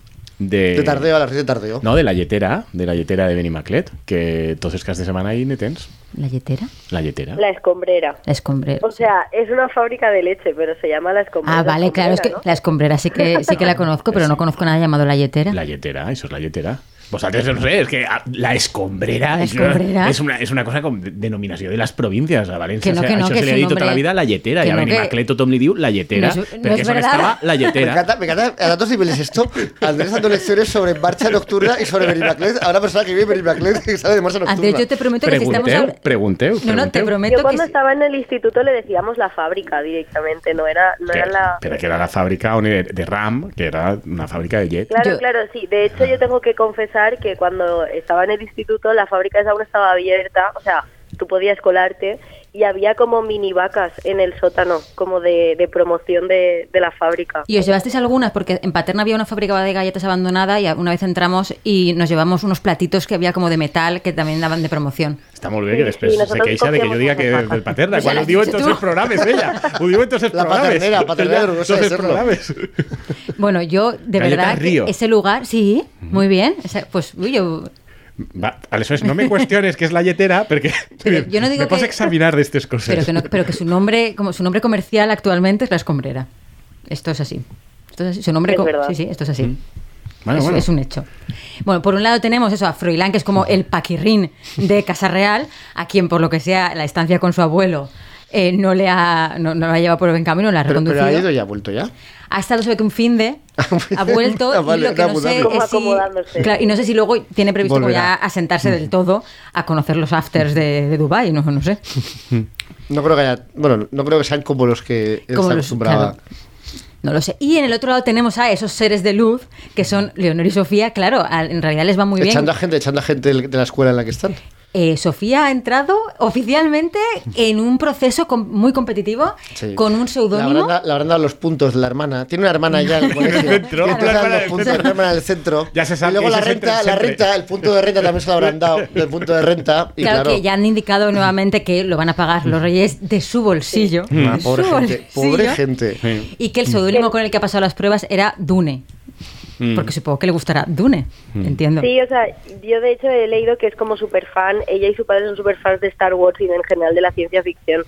De,
De tardeo a la red de tardeo.
No, de la lletera, de la lletera de Benimaclet, que tots els caps de setmana ahí ne tens.
¿La yetera?
La lletera.
La escombrera.
La escombrera.
O sea, es una fábrica de leche, pero se llama la escombrera.
Ah, vale, claro, es que
escombrera,
la escombrera sí que sí que la conozco, pero no conozco nada llamado la yetera.
La lletera, eso es la lletera. Vosaltres no sé, és que ah, la escombrera,
La
és una-
escombrera.
És, una, és una cosa com de- denominació de les províncies a València.
Que no,
O sea,
que no,
això
que
se li
és
ha
un
dit tota la
nombre-
vida la lletera,
que
i a
no, que-
Benimaclet tothom li diu la lletera,
No és- no
perquè
és
és on
verdad.
estava la
Me
lletera.
encanta, me encanta a dos niveles esto. Andrés dando lecciones sobre marcha nocturna y sobre Benimaclet a una persona que vive en Benimaclet y sale de marcha nocturna.
Andrés, yo Ah, te prometo que si estamos
Pregunteu,
habla-
pregunteu,
No, no, te
pregunteu.
prometo
Yo cuando
que si-
estaba en el instituto le decíamos la fábrica directamente, no era, no era
Que-
la...
Pero que era la fábrica on era- de RAM, que era una fábrica de jet.
Claro,
Yo-
claro, sí. De hecho, yo tengo que confesar que cuando estaba en el instituto, la fábrica esa aún estaba abierta, o sea, tú podías colarte y había como mini vacas en el sótano, como de, de promoción de, de la fábrica.
¿Y os llevasteis algunas? Porque en Paterna había una fábrica de galletas abandonada y una vez entramos y nos llevamos unos platitos que había como de metal que también daban de promoción.
Está muy bien que
Sí,
després
sí,
se
nosotros
queixa de que yo
copiamos
diga que
esas
es
vacas.
del Paterna.
Pues ya
Cuando
las
digo
has dicho
entonces
tú.
programas, ella. Ho diu entonces
La
programas.
paternera, la paternera
Ella,
orgullosa de
entonces
serlo.
programes.
Bueno, yo de
Galletas
verdad que
Río.
ese lugar, sí, muy bien. O sea, pues uy, yo
Va, aleshores, no me cuestiones que es la lletera, porque
Pero yo no digo
me pots
que-
examinar de estas cosas.
pero que no- pero que su nombre, como su nombre comercial actualmente es la escombrera. Esto es así. Esto es así. Su nombre
Es
co-
verdad.
Sí, sí, esto es así.
Mm.
Bueno,
Eso
bueno.
es un hecho. Bueno, por un lado tenemos eso a Froilán, que es como el paquirrín de Casa Real, a quien por lo que sea la estancia con su abuelo eh, no le ha, no, no la lleva por el buen camino, la ha
Pero, pero
reconducido.
ha ido ya, ha vuelto ya.
ha estado sobre que un fin de ha vuelto
Ah,
y
vale,
lo que no
Abu
sé
Dhabi.
es
Como
si-
acomodándose.
claro, y no sé si luego tiene previsto como
Volverá.
ya asentarse del todo a conocer los afters de, de Dubai no, no sé
No creo que haya, bueno, no creo que sean como los que él
Como
se
los-
acostumbraba.
claro. no lo sé y en el otro lado tenemos a esos seres de luz que son Leonor y Sofía claro a- en realidad les va muy bien
echando a gente, echando a gente del- de la escuela en la que están.
Eh, Sofía ha entrado oficialmente en un proceso com- muy competitivo
Sí.
con un
Le
seudónimo
habrán, da- le habrán dado los puntos, la hermana. Tiene una hermana ya en el colegio.
En el centro.
Le habrán dado los puntos,
Claro.
la hermana del centro.
Ya se sabe
Y luego
que
la
ese centro
renta, la
siempre.
renta, el punto de renta también se lo habrán dado. El punto de renta. Y
claro,
claro,
que ya han indicado nuevamente que lo van a pagar los reyes de su bolsillo.
Ah,
De su
pobre gente, pobre
bolsillo.
gente.
Sí.
Y que el seudónimo con el que ha pasado las pruebas era Dune.
Mm.
Mm.
Porque supongo que le gustará Dune, entiendo.
Sí, o sea, yo de hecho he leído que es como súper fan, ella y su padre son súper fans de Star Wars y en general de la ciencia ficción.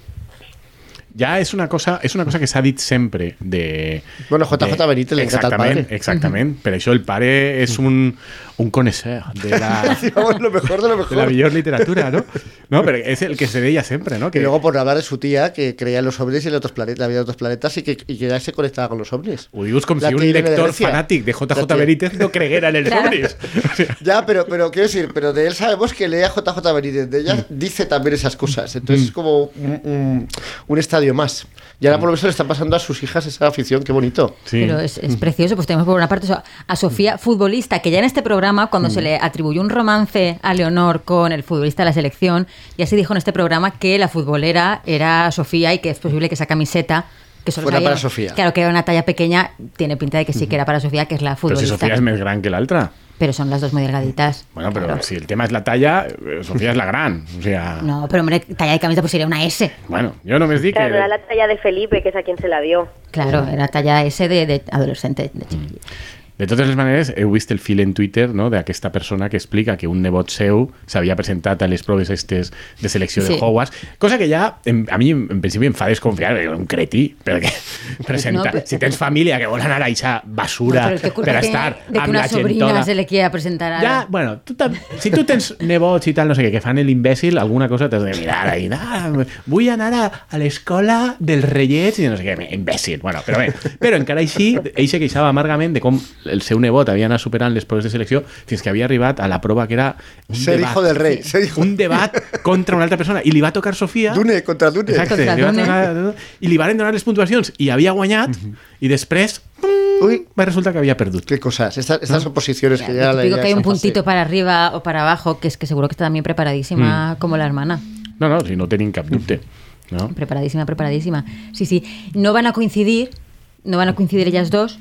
ya es una cosa, es una cosa que s'ha dit sempre de...
Bueno, JJ
de-
Benítez le encanta el
Exactament,
padre.
Exactament, per això el pare és un, un connoisseur de la,
Digamos, lo mejor de lo mejor.
de la millor literatura, ¿no? No, pero es el que se veía siempre, ¿no?
Y
Que
luego por hablar de su tía, que creía en los ovnis y en otros planetas, la vida de otros planetas y que, y que ya se conectaba con los ovnis.
Ho dius com
La
si un
tía Irene de
lector
Grecia.
fanàtic de
La
JJ
tía-
Benítez no creguera en el
Claro.
ovnis. O sea,
Ya, pero, pero quiero decir, pero de él sabemos que lea JJ Benítez, de
Mm.
ella dice también esas cosas. Entonces es como un, un- un estadio más. Y ahora por lo menos le está pasando a sus hijas esa afición, qué bonito.
Sí.
Pero es, es precioso, pues tenemos por una parte eso, a Sofía, futbolista, que ya en este programa, cuando se le atribuyó un romance a Leonor con el futbolista de la selección, ya se dijo en este programa que la futbolera era Sofía y que es posible que esa camiseta... Que solo
Fuera
cabía-
para Sofía.
Claro, que era una talla pequeña, tiene pinta de que sí que era para Sofía, que es la
Però si
futbolista.
Sofía es más gran que la otra.
Pero son las dos muy delgaditas.
Bueno, pero
Claro.
si el tema es la talla, eh, Sofía es la gran. O sea,
No, pero hombre, talla de camiseta pues sería una S.
bueno, yo no me di
Claro,
que...
era la talla de Felipe, que es a quien se la dio.
Claro, era talla S de, de adolescente. de chiquillo.
De totes les maneres, heu vist el fil en Twitter no? d'aquesta persona que explica que un nebot seu s'havia presentat a les proves estes de selecció sí.
Sí.
de Hogwarts, cosa que ja em, a mi en en principi em fa desconfiar, perquè era un cretí, perquè
No,
presenta, no,
però-
però... si tens família que vol anar a aquesta
No,
basura
pero ¿qué culpa
per
tiene
estar
de que
amb
una
la tota.
sobrina
gentona...
se le quiera presentar a...
Ja, bueno, tu tam... si tu tens nebots i tal, no sé què, que fan l'imbècil, alguna cosa t'has de mirar ahí, ah, vull anar a, a l'escola dels rellets i no sé què, imbècil, bueno, però bé. Però encara així, ell se queixava amargament de com el seu nebot havia anat superant les proves de selecció fins que havia arribat a la prova que era un
Ser hijo del rei, ser hijo-
un debat contra una altra persona i li va tocar Sofia
Dune contra Dune.
Exacte,
Contra
li va
Dune.
tocar, i li van donar les puntuacions i havia guanyat i després
Uy,
va resultar que havia perdut.
qué cosas. Estas,
Ah.
estas oposiciones que ya
Lo
la
típico
ya
que hay un
son
puntito
fácil.
para arriba o para abajo, que es que seguro que está también
Mm.
preparadísima como la hermana.
No, no, si no tenim cap dubte. No?
Preparadísima, preparadísima. Sí, sí. No van a coincidir, no van a coincidir ellas dos,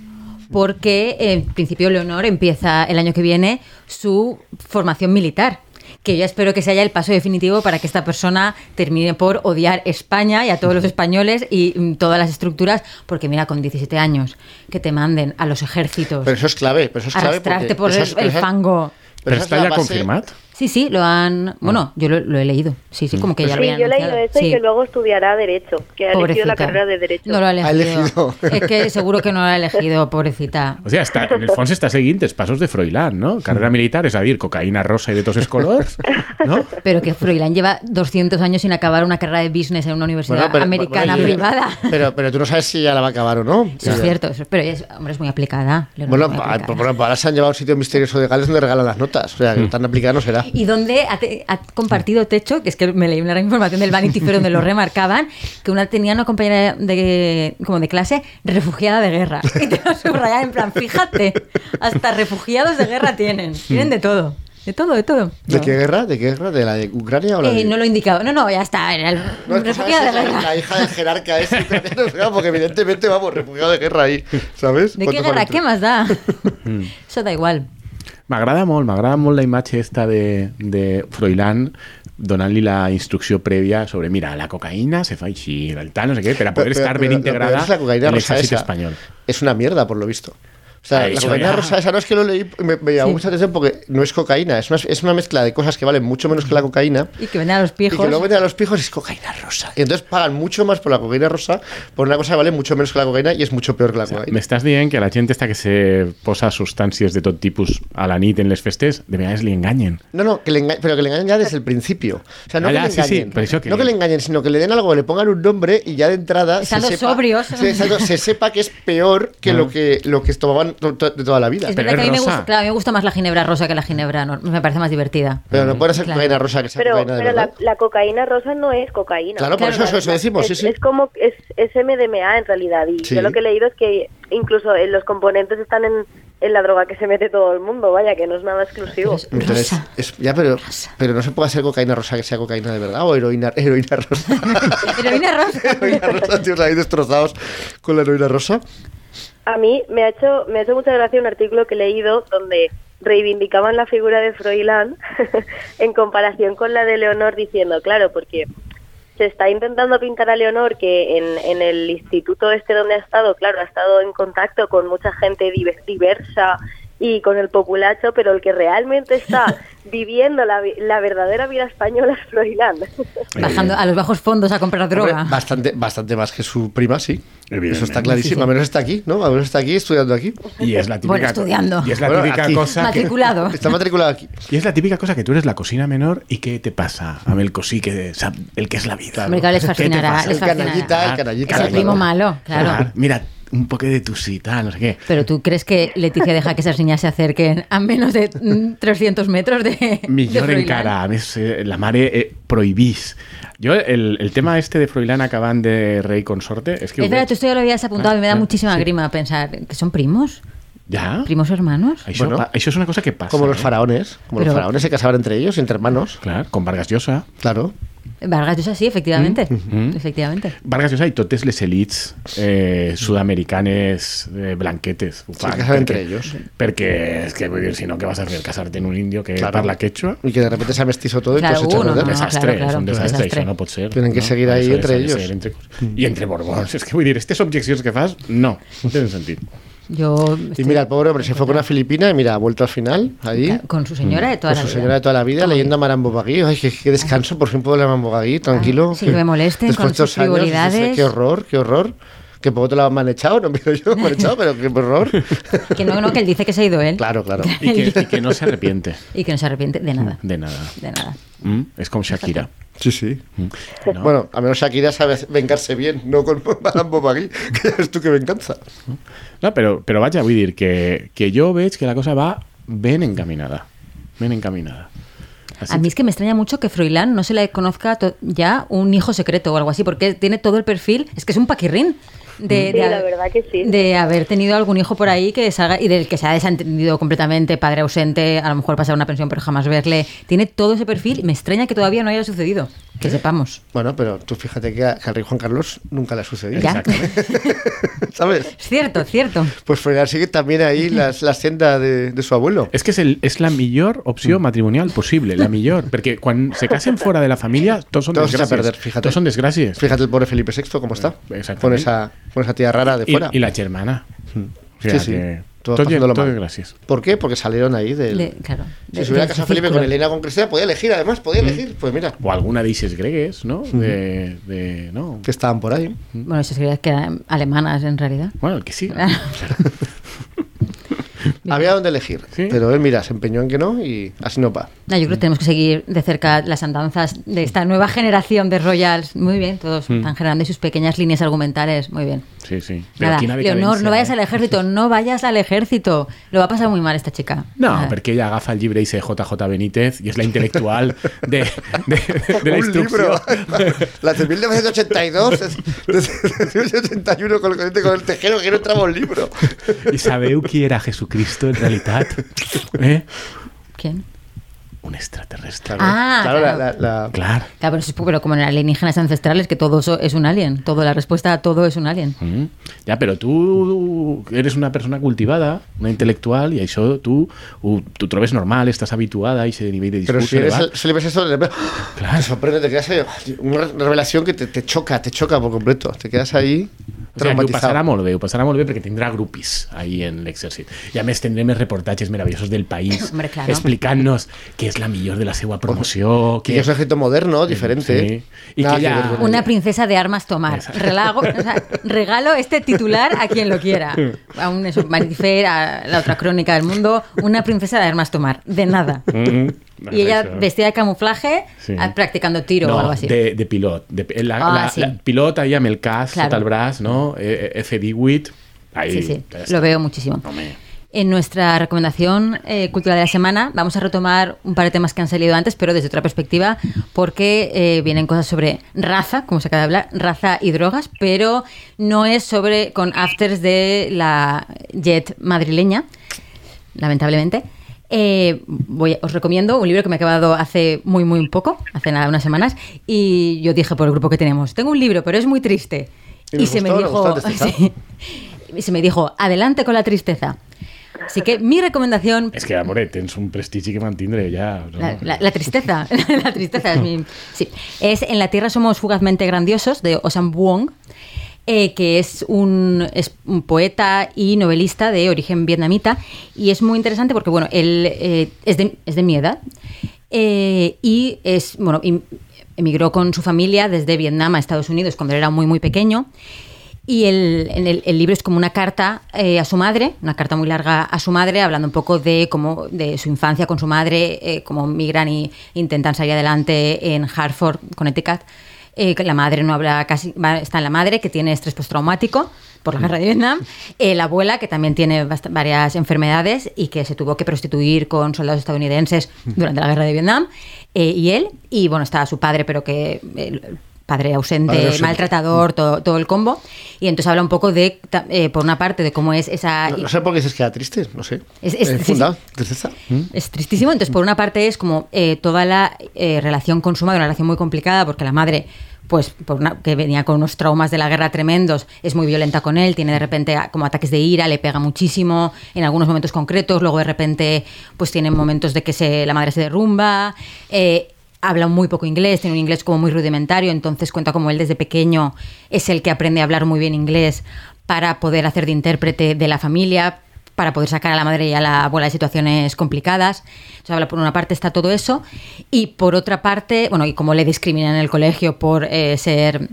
porque eh, en principio Leonor empieza el año que viene su formación militar. Que yo espero que sea ya el paso definitivo para que esta persona termine por odiar España y a todos los españoles y mm, todas las estructuras, porque mira, con 17 años, que te manden a los ejércitos,
Pero eso es clave, pero eso es clave.
arrastrarte
porque
por
eso
el,
es- pero
el
eso es-
fango.
Però
esa es
està
la
ja
base-
confirmat?
Sí, sí, lo han. Bueno, yo lo, lo he leído. Sí,
Mm.
sí, como que ya lo
sí,
habían
yo he leído
anunciado.
eso
Sí.
y que luego estudiará Derecho, que ha elegido
Pobrecita.
la carrera de Derecho.
No lo ha elegido.
Ha elegido.
Es que seguro que no lo ha elegido, pobrecita.
O sea, está, en el fons està seguint els passos de Froilán, no? Carrera militar, és a dir, cocaïna rosa i de tots els colors, no?
Pero que Froilán lleva 200 años sin acabar una carrera de business en una universidad
Bueno, pero-
americana
bueno, y-
privada.
Pero, pero tú no sabes si ya la va a acabar o no.
Eso es cierto, eso- pero es, hombre, es muy aplicada. Leonor,
Bueno,
muy
pa-
aplicada.
por- por- ahora se han llevado a un sitio misterioso de Gales donde regalan las notas. O sea, que tan aplicado no será.
Y donde ha, te- ha compartido techo, que es que me leí una información del Vanity Fair donde lo remarcaban, que una tenía una compañera de, como de clase refugiada de guerra. Y te lo subrayaban en plan, fíjate, hasta refugiados de guerra tienen. Tienen de todo. De todo, de todo.
¿De
No.
qué guerra? ¿De qué guerra? ¿De la de Ucrania o la de.?
Eh, no lo indicaba. No, no, ya está. Era el
No, es que,
refugiado de
¿sabes?
guerra.
La hija del jerarca es ucraniano, o sea, porque evidentemente vamos, refugiado de guerra ahí, ¿sabes?
¿De qué
¿Cuánto Mm.
guerra?
vale?
¿Qué más da? Eso da igual.
M'agrada molt, m'agrada molt la imatge esta de, de Froilán donant-li la instrucció prèvia sobre, mira, la cocaïna se fa així, el tal, no sé què, per a
Pero-
poder
pero-
estar ben
pero- pero
integrada
es la cocaína
en
rosa
l'exèrcit
esa.
espanyol.
Es una mierda, por lo visto. O sea,
Ah,
la
eso
cocaína
ya.
rosa esa no es que lo leí, me, me llamó mucha atención porque no es cocaína, es una, es una mezcla de cosas que valen mucho menos que la cocaína.
Y que venden a los
Y que
pijos.
luego venden a los pijos y es cocaína rosa. Y entonces pagan mucho más por la cocaína rosa, por una cosa que vale mucho menos que la cocaína y es mucho peor que la cocaína.
M'estàs dient que la gent esta que se posa substàncies de tot tipus a la nit en les festes, de vegades li enganyen.
No, no, que le enga- pero que le engañen ya desde el principio. O sea, no
Ah,
que
ya,
le
sí, sí,
engañen.
pero eso que-
No que le engañen, sino que le den algo, le pongan un nombre y ya de entrada.
Están los sobrios.
Sí, exacto, se sepa que es peor que
Ah.
lo que, lo que tomaban to- to- de toda la vida.
Es
Pero
verdad que a
es
mí me gusta,
rosa.
claro, a mí me gusta más la ginebra rosa que la ginebra nor- Me parece más divertida.
Pero no puede ser
Claro.
cocaína rosa que sea
Pero,
cocaína de
pero la,
verdad.
la cocaína rosa no es cocaína.
Claro, por
Claro,
eso, eso, eso decimos, sí,
es,
sí.
es como es, es MDMA en realidad y
Sí.
yo lo que he leído es que incluso eh, los componentes están en, en la droga que se mete todo el mundo, vaya que no es nada exclusivo.
Pero
Entonces,
Rosa.
es- ya, pero, pero no se puede hacer cocaína rosa que sea cocaína de verdad o heroína, heroína rosa.
Heroína rosa.
heroína rosa, tíos ahí destrozados con la heroína rosa.
A mí me ha hecho me ha hecho mucha gracia un artículo que he leído donde reivindicaban la figura de Froilán en comparación con la de Leonor diciendo, claro, porque se está intentando pintar a Leonor que en, en el instituto este donde ha estado, claro, ha estado en contacto con mucha gente diver- diversa y con el populacho, pero el que realmente está viviendo la, vi- la verdadera vida española es Florilán.
Eh,
Eh,
Bajando a los bajos fondos a comprar droga.
Bastante, bastante más que su prima, sí. Eso está
Evidentemente.
clarísimo. Al menos está aquí, ¿no? Al menos está aquí estudiando aquí.
Y es la típica,
Bueno, estudiando.
Y es la
Bueno,
típica
aquí.
cosa que,
Matriculado.
Está matriculada aquí.
y es la típica cosa que tú eres la cocina menor y qué te pasa a Melcosí, que es el que es la vida.
Hombre, claro, les
¿Qué te
fascinará,
pasa? Ah,
les
El
fascinará.
canallita, el canallita.
Es el
claro.
primo malo, claro.
Mira, un poco de tusita, no sé qué.
Pero tú crees que Leticia deja que esas niñas se acerquen a menos de mm, 300 metros de. Eh, de
Millor
Froilán?
encara, a més, eh, la mare eh, prohibís. Jo, el, el tema este de Froilán acabant de rei consorte, és que...
Es
ho
verdad, tú
veig.
esto ya lo habías apuntado y me da
Ah,
muchísima
sí.
grima pensar que son primos,
Ja?
primos hermanos.
Això,
Bueno.
bueno, això és una cosa que passa.
Como los
eh?
faraones. Como los
Pero-
faraones se casaban entre ellos, entre hermanos.
Clar, com Vargas Llosa.
Claro.
Vargas Llosa, sí, efectivamente.
Mm,
Mm.
mhm.
Efectivamente.
Vargas Llosa i totes les elites eh, sud-americanes eh, blanquetes. Ho
Se casan entre
perquè-
ellos.
Perquè, és que vull dir, si no, què vas a fer? Casar-te en un indio que
Claro.
parla quechua?
Y que de repente se amestizó todo
Claro,
y todo se echó a
uno,
perder.
no, no.
desastre,
claro,
és
claro,
un desastre,
desastre.
això no pot ser.
Tenen que
no?
seguir ahí
Això
entre
ha de
ellos.
seguir entre cos- I entre borbons, és que vull dir, aquestes objeccions "Este que fas, no, no tenen sentit.
Yo.
Y
estoy
mira, el pobre hombre se fue con una filipina y mira, ha vuelto al final, ahí.
Con su señora de toda la
Mm. Con Pues su
vida.
señora de toda la vida, leyendo a Marambo Bagui. Ay, qué, qué descanso, por fin puedo leer a Marambo Bagui, tranquilo.
sí, que me molesten
Después
con
de estos
sus
años,
frivolidades.
dices, "Eh, qué horror, qué horror. Que poco te lo han manechado, no miro yo, manechado, pero qué horror.
Que no, no, que él dice que se ha ido él
claro, claro.
I que, i que no s'arrepiente
y que no se arrepiente de nada.
de nada.
De nada.
Mm? És com Shakira.
Sí, sí.
No.
Bueno, a menos Shakira sabe vengarse bien, no con Marambo Bagui, que ya ves tú que venganza.
No, però, però vaja, vull dir que, que jo veig que la cosa va ben encaminada. Ben encaminada.
A mí es que me extraña mucho que Froilán no se le conozca to- ya un hijo secreto o algo así, porque tiene todo el perfil. Es que es un paquirrín. De,
Sí,
de
la
ha-
verdad que sí.
De haber tenido algún hijo por ahí que salga y del que se ha desentendido completamente, padre ausente, a lo mejor pasar una pensión pero jamás verle. Tiene todo ese perfil y me extraña que todavía no haya sucedido.
¿Eh?
Que sepamos.
Bueno, pero tú fíjate que a- que al rey Juan Carlos nunca le ha sucedido.
Ya.
¿Sabes?
Cierto, cierto.
Pues Frenar sigue también ahí las- la senda de, de su abuelo.
És que és, el, és la millor
Mm.
opció matrimonial possible, la millor, perquè quan se casen fora de la família, tots són
Todos se
desgràcies.
perder, fíjate.
Tots són desgràcies.
Fíjate el pobre Felipe VI
Eh,
cómo está.
Exactamente.
Con esa, con esa tía rara de
I,
fuera.
I la germana. Mm. O
Sí, sí. Todos
Tot, tot,
pasándolo
tot
mal.
gràcies.
¿Por qué? Porque salieron ahí del...
De- claro.
si se hubiera casado Felipe con
el
Elena o con Cristina, podía elegir, además, podía
Mm.
elegir. Pues mira,
O alguna d'eixes gregues, no?
Mm-hmm.
De, de, no?
que estaban por ahí.
Bueno, eso sería que eran alemanas en realidad.
Bueno, el que sí.
Ah.
Había donde elegir.
Sí.
Pero él, mira, se empeñó en que no y así no va.
No, yo creo que tenemos que seguir de cerca las andanzas de esta nueva generación de Royals. Muy bien, todos están generando sus pequeñas líneas argumentales. Muy bien.
Sí, sí.
Nada,
quina
Leonor,
decadència,
no vayas
eh?
al ejército, no vayas al ejército. Lo va a pasar muy mal esta chica.
No,
Nada.
perquè ella agafa el llibre i dice JJ Benítez i és la intel·lectual de, de, de la
Un libro.
instrucció.
La de 1982, es- de 1981 con el corriente con el tejero, que no entraba un libro.
I sabeu qui era Jesucristo en realitat? Eh?
¿Quién?
Un extraterrestre.
Claro,
Ah,
la-
claro.
la- la-
Clar.
Claro, pero, eso es- pero como en alienígenas ancestrales, que todo eso es un alien. Todo, la respuesta a todo es un alien.
Mm. Ja, però tu eres una persona cultivada, una intel·lectual, i això tu ho, t'ho trobes normal, estàs habituada a aquest nivell de
Pero
discurs
si, eres,
elevat.
si le ves eso, de repente,
Claro.
te sorprende, te quedas ahí, una revelación que te, te choca, te choca por completo. Te quedas ahí
O sigui, que ho
traumatizado.
passarà molt bé, ho passarà molt bé perquè tindrà grupis ahí en l'exèrcit. I a més tindrem els reportatges meravellosos del país
Hombre, claro.
explicant-nos què és la millor de la seva promoció,
que es un
què,
ejército moderno, diferente.
Eh, Y que ya-
ver con
Una
ello.
princesa de armas tomar. Relago- o sea, regalo este titular a quien lo quiera. A un eso, Manifer, a la otra crónica del mundo. Una princesa de armas tomar. De nada.
Mm,
Y ella
eso.
vestida de camuflaje,
Sí.
ah, practicando tiro o
No,
algo así.
de, de pilot. De, eh, la,
Ah,
la-
sí.
la pilot ahí amb el cas
Claro.
sota el braç, no? Eh, eh, F-18. Ahí,
Sí, sí,
ya está.
lo veo muchísimo.
Hombre.
En nuestra recomendación eh, cultural de la semana vamos a retomar un par de temas que han salido antes, pero desde otra perspectiva, porque eh, vienen cosas sobre raza, como se acaba de hablar, raza y drogas, pero no es sobre con afters de la jet madrileña, lamentablemente. Eh, voy- os recomiendo un libro que me ha acabado hace muy, muy poco, hace nada, unas semanas, y yo dije por el grupo que tenemos, tengo un libro, pero es muy triste.
Y nos
se me
gustó,
dijo,
nos gustó, ¿te
sí. Y se me dijo, adelante con la tristeza. Así que mi recomendación,
Es que, amore, tens un prestigi que mantindré ya. ¿no?
la, la- la tristeza, la tristeza es mi- sí, es En la Tierra somos fugazmente grandiosos de Osam Wong. eh, que es un, es un poeta y novelista de origen vietnamita. Y es muy interesante porque, bueno, él eh, es, de, es de mi edad eh, y es, bueno, im- emigró con su familia desde Vietnam a Estados Unidos cuando él era muy, muy pequeño. Y el, en el, el libro es como una carta eh, a su madre, una carta muy larga a su madre, hablando un poco de cómo de su infancia con su madre, eh, cómo migran y intentan salir adelante en Hartford, Connecticut. Eh, que la madre no habla casi, va- está en la madre que tiene estrés postraumático por la guerra de Vietnam, eh, la abuela que también tiene bast- varias enfermedades y que se tuvo que prostituir con soldados estadounidenses durante la guerra de Vietnam, eh, y él, y bueno, está su padre, pero que... el padre ausente,
Padre ausente. Mm.
maltratador, todo, todo el combo. Y entonces habla un poco de, ta- eh, por una parte, de cómo es esa...
No, no sé por qué dices que era triste, no sé.
Es- es-
Eh,
sí,
fundado,
sí.
tristeza.
¿Mm?
Es tristísimo. Entonces, por una parte es como eh, toda la eh, relación con su madre, una relación muy complicada, porque la madre, pues, por una- que venía con unos traumas de la guerra tremendos, es muy violenta con él, tiene de repente a- como ataques de ira, le pega muchísimo en algunos momentos concretos, luego de repente, pues, tiene momentos de que se, la madre se derrumba. eh, habla muy poco inglés, tiene un inglés como muy rudimentario, entonces cuenta como él desde pequeño es el que aprende a hablar muy bien inglés para poder hacer de intérprete de la familia, para poder sacar a la madre y a la abuela de situaciones complicadas. Entonces, habla por una parte está todo eso y por otra parte, bueno, y cómo le discriminan en el colegio por eh, ser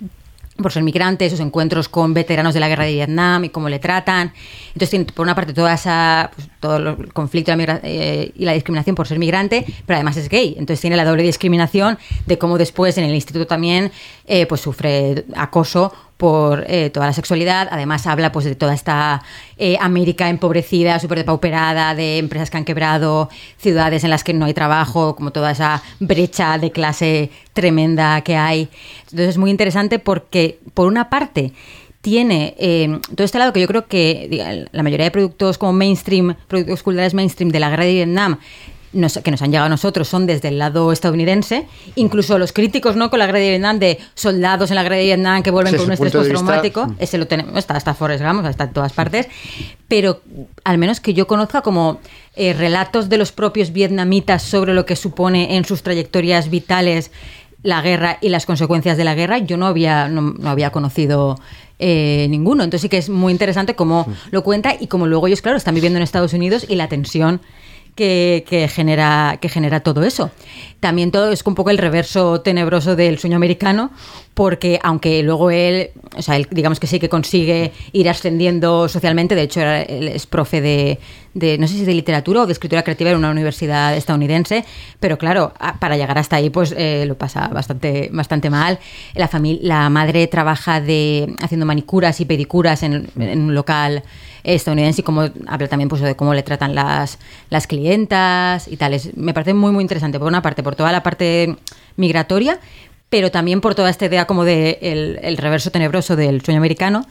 por ser migrante, sus encuentros con veteranos de la guerra de Vietnam y cómo le tratan. Entonces tiene por una parte toda esa, pues, todo el conflicto la migra- eh, y la discriminación por ser migrante, pero además es gay. Entonces tiene la doble discriminación de cómo después en el instituto también eh, pues sufre acoso por eh, toda la sexualidad. Además habla pues de toda esta eh, América empobrecida, súper depauperada, de empresas que han quebrado, ciudades en las que no hay trabajo, como toda esa brecha de clase tremenda que hay. Entonces es muy interesante porque, por una parte, tiene eh, todo este lado que yo creo que diga, la mayoría de productos como mainstream, productos culturales mainstream de la guerra de Vietnam, nos- que nos han llegado a nosotros son desde el lado estadounidense, incluso los críticos no con la guerra de Vietnam, de soldados en la guerra de Vietnam que vuelven
Sí,
con un
ese
estrés
punto de vista- mm.
postraumático, ese lo tenemos, está hasta Forrest Gump, o sea, está en todas partes, pero al menos que yo conozca como eh, relatos de los propios vietnamitas sobre lo que supone en sus trayectorias vitales la guerra y las consecuencias de la guerra, yo no había, no, no había conocido eh, ninguno. Entonces sí que es muy interesante cómo lo cuenta y cómo luego ellos, claro, están viviendo en Estados Unidos y la tensión que, que genera, que genera todo eso. También todo es un poco el reverso tenebroso del sueño americano, porque aunque luego él, o sea, él digamos que sí que consigue ir ascendiendo socialmente, de hecho era- él es profe de, de, no sé si de literatura o de escritura creativa en una universidad estadounidense, pero claro, a- para llegar hasta ahí pues eh, lo pasa bastante, bastante mal. La, fami- la madre trabaja de, haciendo manicuras y pedicuras en, en un local estadounidense y cómo habla también pues, de cómo le tratan las, las clientas y tales. Me parece muy, muy interesante, por una parte, por toda la parte migratoria, pero también por toda esta idea como de el, el reverso tenebroso del sueño americano.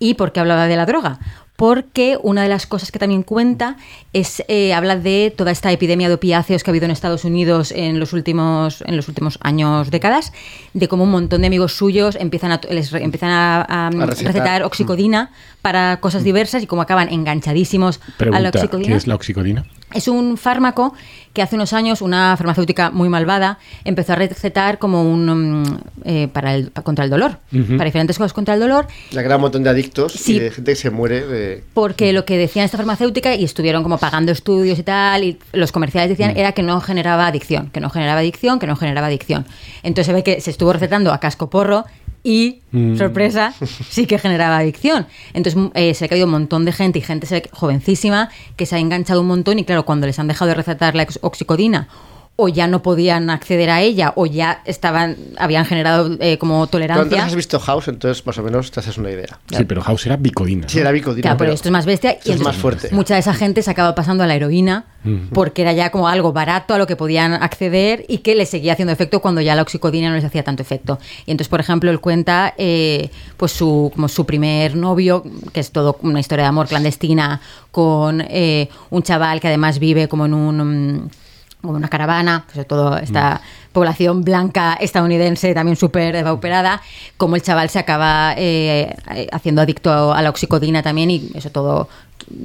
¿Y por qué hablaba de la droga? Porque una de las cosas que también cuenta es, eh, habla de toda esta epidemia de opiáceos que ha habido en Estados Unidos en los últimos, en los últimos años, décadas, de cómo un montón de amigos suyos empiezan a, les re- empiezan a, a,
recetar.
recetar oxicodina para cosas diversas y cómo acaban enganchadísimos a la
Pregunta,
oxicodina.
¿qué es la oxicodina?
Es un fármaco que hace unos años una farmacéutica muy malvada empezó a recetar como un mm, eh, para el, pa- contra el dolor, para diferentes cosas contra el dolor,
La gran montón de adictos
Sí.
y de gente que se muere de...
porque lo que decían esta farmacéutica y estuvieron como pagando estudios y tal, y los comerciales decían era que no generaba adicción, que no generaba adicción, que no generaba adicción. Entonces se ve que se estuvo recetando a casco porro y, sorpresa, sí que generaba adicción. Entonces mm, eh, se ve que ha habido un montón de gente y gente se ve que- jovencísima que se ha enganchado un montón y claro, cuando les han dejado de recetar la ex- oxicodina o ya no podían acceder a ella o ya estaban habían generado eh, como
Tú antes has
tolerancia.
visto House, entonces más o menos te haces una idea.
Sí, pero House era bicodina. ¿no?
Sí, era bicodina.
Claro, pero
pero
esto es más bestia
esto
y
es
entonces
más fuerte.
Mucha de esa gente se acaba pasando a la heroína porque era ya como algo barato a lo que podían acceder y que les seguía haciendo efecto cuando ya la oxicodina no les hacía tanto efecto. Y entonces, por ejemplo, él cuenta eh, pues su, como su primer novio, que es todo una historia de amor clandestina, con eh, un chaval que además vive como en un... mm, como una caravana, sobre todo esta población blanca estadounidense también súper depauperada, como el chaval se acaba eh, haciendo adicto a la oxicodina también y eso todo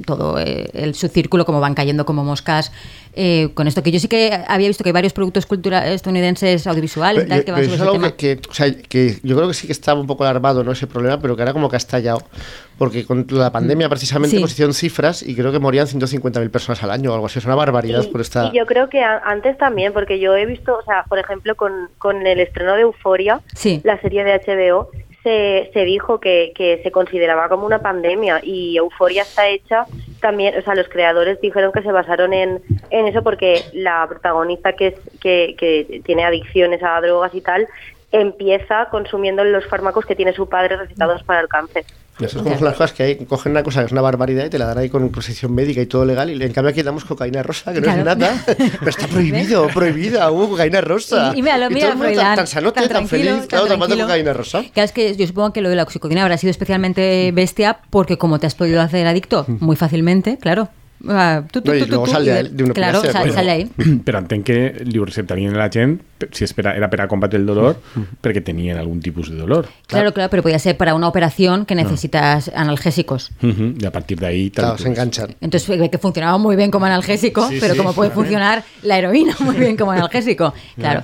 todo eh, el, su círculo, como van cayendo como moscas eh, con esto. Que yo sí que había visto que hay varios productos culturales estadounidenses audiovisuales y tal,
Pero-
que van
pero
sobre ese
eso es algo
tema.
que, que- o sea, que yo creo que sí que estaba un poco alarmado ¿no? ese problema, pero que ahora como que ha estallado. Porque con la pandemia precisamente
Mm. Sí.
pues hicieron cifras y creo que morían 150.000 personas al año o algo así. Es una barbaridad
Y,
por esta...
y yo creo que a- antes también, porque yo he visto, o sea, por ejemplo, con, con el estreno de Euforia,
Sí.
la serie de HBO, se, se dijo que, que se consideraba como una pandemia y Euforia está hecha también, o sea, los creadores dijeron que se basaron en, en eso porque la protagonista que, es, que, que tiene adicciones a drogas y tal empieza consumiendo los fármacos que tiene su padre recetados para el cáncer.
Eso es como son las cosas que hay, cogen una cosa que es una barbaridad y te la dan ahí con posición médica y todo legal y en cambio aquí damos cocaína rosa, que no
Claro.
es nada, pero está prohibido, prohibida, hubo cocaína rosa.
Y, y mira, lo
todo
mira,
el mundo tan,
Froilán,
tan sanote, tan,
tranquilo,
feliz,
tan
claro, tomando
tranquilo.
cocaína rosa.
Claro, es que yo supongo que lo de la oxicodina habrá sido especialmente bestia porque como te has podido hacer adicto muy fácilmente, claro. Ah, tú, tú,
No, y
tú, tú,
luego
tú,
sale
y
de- de una
Claro,
clase,
sal-
bueno.
sale ahí.
Però entenc que li receptarien a la gent pe- si espera, era per a combatre el dolor
Mm,
perquè tenien algun tipus de dolor.
Claro, claro, pero podía ser para una operación que necesitas analgésicos.
Mhm, I a partir d'ahí... tal
Claro,
tu-
se enganchan.
Entonces ve que funcionaba muy bien como analgésico,
Sí,
pero
sí,
como puede
claramente.
funcionar la heroína muy bien como analgésico, claro.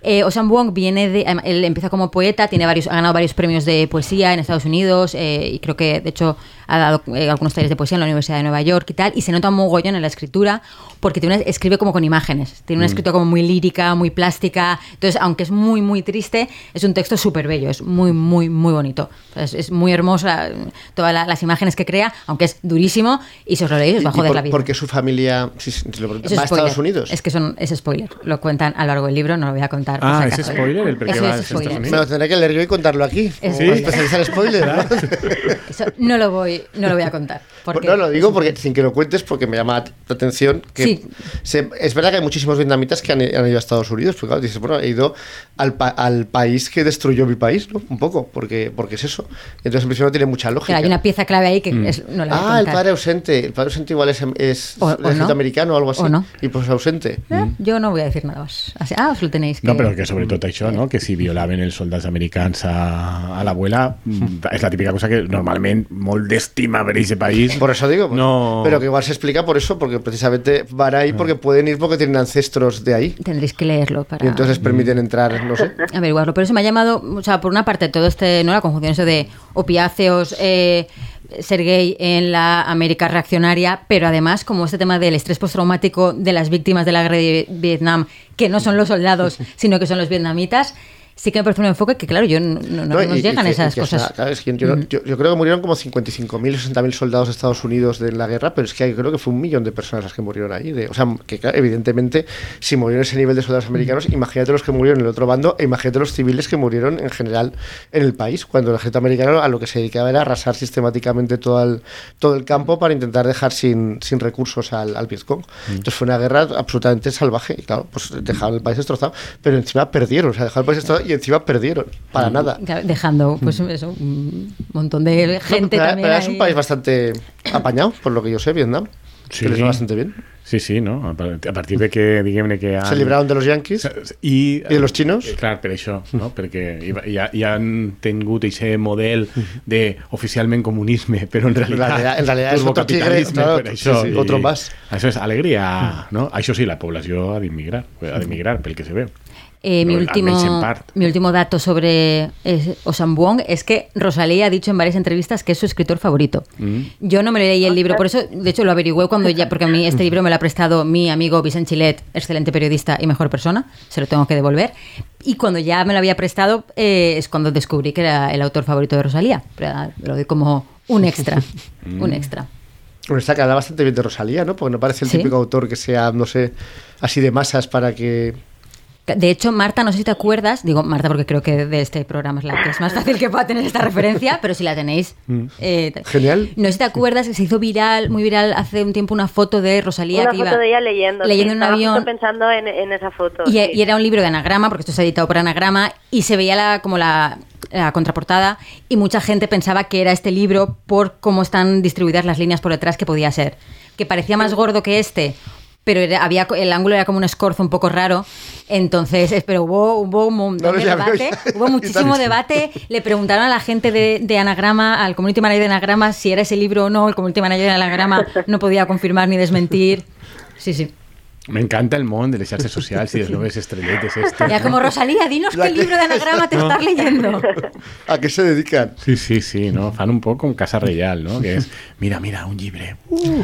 Eh, Osan Wong viene de, em, él empieza como poeta, tiene varios, ha ganado varios premios de poesía en Estados Unidos eh, y creo que de hecho ha dado eh, algunos talleres de poesía en la Universidad de Nueva York y tal y se nota un mogollón en la escritura porque tiene una- escribe como con imágenes, tiene una
Mm.
escritura como muy lírica, muy plástica, entonces aunque es muy muy triste es un texto súper bello, es muy muy muy bonito, O sea, es, es muy hermosa eh, todas la- las imágenes que crea, aunque es durísimo y si os lo leéis os va a
Y- y
joder
por-
la vida.
Porque su familia si- si te lo preguntan,
Eso es
va a
spoiler.
Estados Unidos.
Es que son, es spoiler. Lo cuentan a lo largo del libro, no lo voy a contar. por
Ah,
si
¿es
acaso.
spoiler el por qué
Eso
va a
es
Estados
spoiler.
Unidos?
Me lo tendré que leer yo y contarlo aquí.
Es
como
spoiler.
especializar en spoiler. ¿no?
Eso no lo voy, no lo voy a contar. Porque
Pues No, lo digo porque sin que lo cuentes, porque me llama la atención. Que
Sí.
se- es verdad que hay muchísimos vietnamitas que han, han ido a Estados Unidos, porque claro, dices, bueno, he ido al, pa- al país que destruyó mi país, ¿no? Un poco, porque, porque es eso. Entonces, en principio no tiene mucha
claro,
lógica.
hay una pieza clave ahí que es- no la voy a
ah, el
contar.
padre ausente. El padre ausente igual es, es
O- o no.
americano o algo así.
O no.
Y pues ausente.
¿Eh? Yo no voy a decir nada más. Así- ah, os lo tenéis. Que...
No, però que sobretot això, no? que si violaven els soldats americans a, a l'abuela, mm, és la típica cosa que normalment molt d'estima per aquest país.
Por eso digo, pues.
No.
pero que igual se explica por eso, porque precisamente van ahí porque pueden ir porque tienen ancestros de ahí.
Tendréis que leerlo para.
Y entonces les permiten entrar, no sé.
averiguarlo. Pero eso me ha llamado, o sea, por una parte todo este, ¿no? La conjunción eso de opiáceos, eh, ser gay en la América reaccionaria, pero además como este tema del estrés postraumático de las víctimas de la guerra de Vietnam, que no son los soldados, sino que son los vietnamitas, sí que me parece un enfoque que, claro, yo no, no- no
No, y-
nos
y
llegan
que- y
esas
que
cosas. Mm.
está, claro, es que yo, yo- yo creo que murieron como 55.000, 60.000 soldados de Estados Unidos de la guerra, pero es que hay- creo que fue un millón de personas las que murieron ahí. de- o sea, que claro, evidentemente, si murieron ese nivel de soldados
Mm.
americanos, imagínate los que murieron en el otro bando e imagínate los civiles que murieron en general en el país, cuando el ejército americano a lo que se dedicaba era arrasar sistemáticamente todo el, todo el campo para intentar dejar sin, sin recursos al, al Vietcong.
Mm.
Entonces fue una guerra absolutamente salvaje y claro, pues dejaron el país destrozado, pero encima perdieron, o sea, dejaron el país destrozado y encima perdieron,
Mm.
para nada.
Claro, Dejando, pues eso, un montón de
Mm. No,
gente
pero-
también.
pero es un
ahí.
país bastante apañado, por lo que yo sé, Vietnam.
Sí.
Que les va bastante bien.
Sí, sí, no? A par- a partir de que, diguem-ne que... Han...
Se libraron de los yanquis.
I,
I de los chinos?
Eh, Clar, per això, no? perquè hi, va- hi, ha- hi han tingut aquest model de oficialment comunisme, però en realitat...
realidad- en realidad es otro
turbocapitalisme,
tigre, claro,
per això,
sí, sí,
i-
otro más. Mm.
Això és alegria, no? Això sí, la població ha d'immigrar, ha d'immigrar, pel que se veu.
Eh, mi,
Lo- almenys en
último,
part.
mi último dato sobre eh, Osan Wong es que Rosalía ha dicho en varias entrevistas que es su escritor favorito.
Mm.
Yo no me leí el libro, por eso, de hecho, lo averigüé cuando ya, porque a mí este libro me lo ha prestado mi amigo Vicente Chilet, excelente periodista y mejor persona, se lo tengo que devolver. Y cuando ya me lo había prestado eh, es cuando descubrí que era el autor favorito de Rosalía. Pero ah, lo doy como un extra,
Mm.
un extra.
Bueno, está que habla bastante bien de Rosalía, ¿no? Porque no parece el
Sí.
típico autor que sea, no sé, así de masas para que.
De hecho, Marta, no sé si te acuerdas, digo Marta porque creo que de este programa es la que es más fácil que pueda tener esta referencia, pero si la tenéis. eh, te-
Genial.
No sé si te acuerdas que se hizo viral, muy viral hace un tiempo una foto de Rosalía
Una
que
foto
iba
de ella leyendo. sí,
leyendo en un
estaba justo
avión.
pensando en, en esa foto.
Y, e-
sí.
y era un libro de anagrama, porque esto se ha editado por anagrama, y se veía la, como la, la contraportada, y mucha gente pensaba que era este libro por cómo están distribuidas las líneas por detrás que podía ser. Que parecía más gordo que este, pero era- había, co- el ángulo era como un escorzo un poco raro. Entonces, eh, pero hubo, hubo un montón
No lo
de
llamé.
debate, hubo muchísimo debate. Le preguntaron a la gente de, de Anagrama, al community manager de Anagrama, si era ese libro o no. El community manager de Anagrama no podía confirmar ni desmentir. Sí, sí.
Me encanta el mon del echarse social, si no ves estrelletes este.
Ya
¿no?
como Rosalía, dinos
La
qué
que-
libro de Anagrama te estás leyendo.
¿A qué se dedican?
Sí, sí, sí, ¿no? Fan un poco en Casa Real, ¿no? Que es, mira, mira, un libre.
Uh.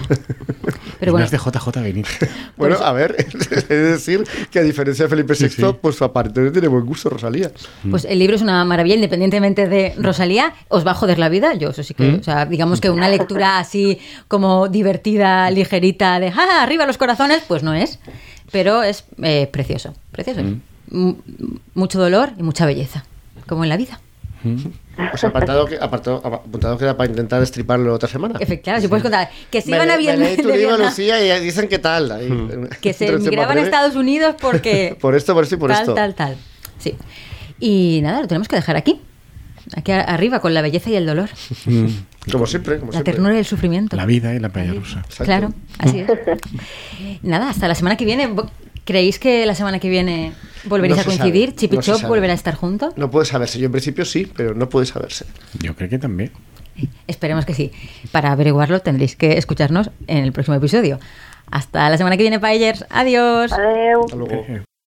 Pero bueno,
de JJ venir.
Bueno,
Pues
a ver, es decir que a diferencia de Felipe VI,
Sí, sí.
pues aparentemente tiene buen gusto Rosalía.
Pues el libro es una maravilla, independientemente de Rosalía, os va a joder la vida, yo eso sí
Mm.
que, o sea, digamos que una lectura así como divertida, ligerita, de ¡ah, arriba los corazones! Pues no es, pero es eh, precioso, precioso.
Mm.
M- mucho dolor y mucha belleza, como en la vida.
O sea, apartado, que, apartado, apuntado queda para intentar estriparlo otra semana.
Efectivamente, si puedes contar, que se iban a
Ah, me
Vien-
leí tu
de
libro,
Vietnam,
Lucía, y dicen que tal. ahí.
Hmm.
que se
Entonces,
emigraban a
breve.
Estados Unidos porque...
Por esto, por esto y por
tal,
esto.
Tal, tal, sí. Y nada, lo tenemos que dejar aquí. Aquí a- arriba, con la belleza y el dolor,
Como siempre, como
la
siempre.
ternura y el sufrimiento.
Mm, La vida y la playa rusa.
Exacto.
Claro, así es. Nada, hasta la semana que viene. ¿Vo- ¿Creéis que la semana que viene volveréis
No
a
se
coincidir?
sabe,
¿Chip y
no se
Chop
sabe.
volverá a estar juntos?
No puede saberse. Yo en principio sí, pero no puede saberse.
Yo creo que también.
Esperemos que sí. Para averiguarlo tendréis que escucharnos en el próximo episodio. Hasta la semana que viene, Paellers. Adiós.
Adeu.
Hasta luego.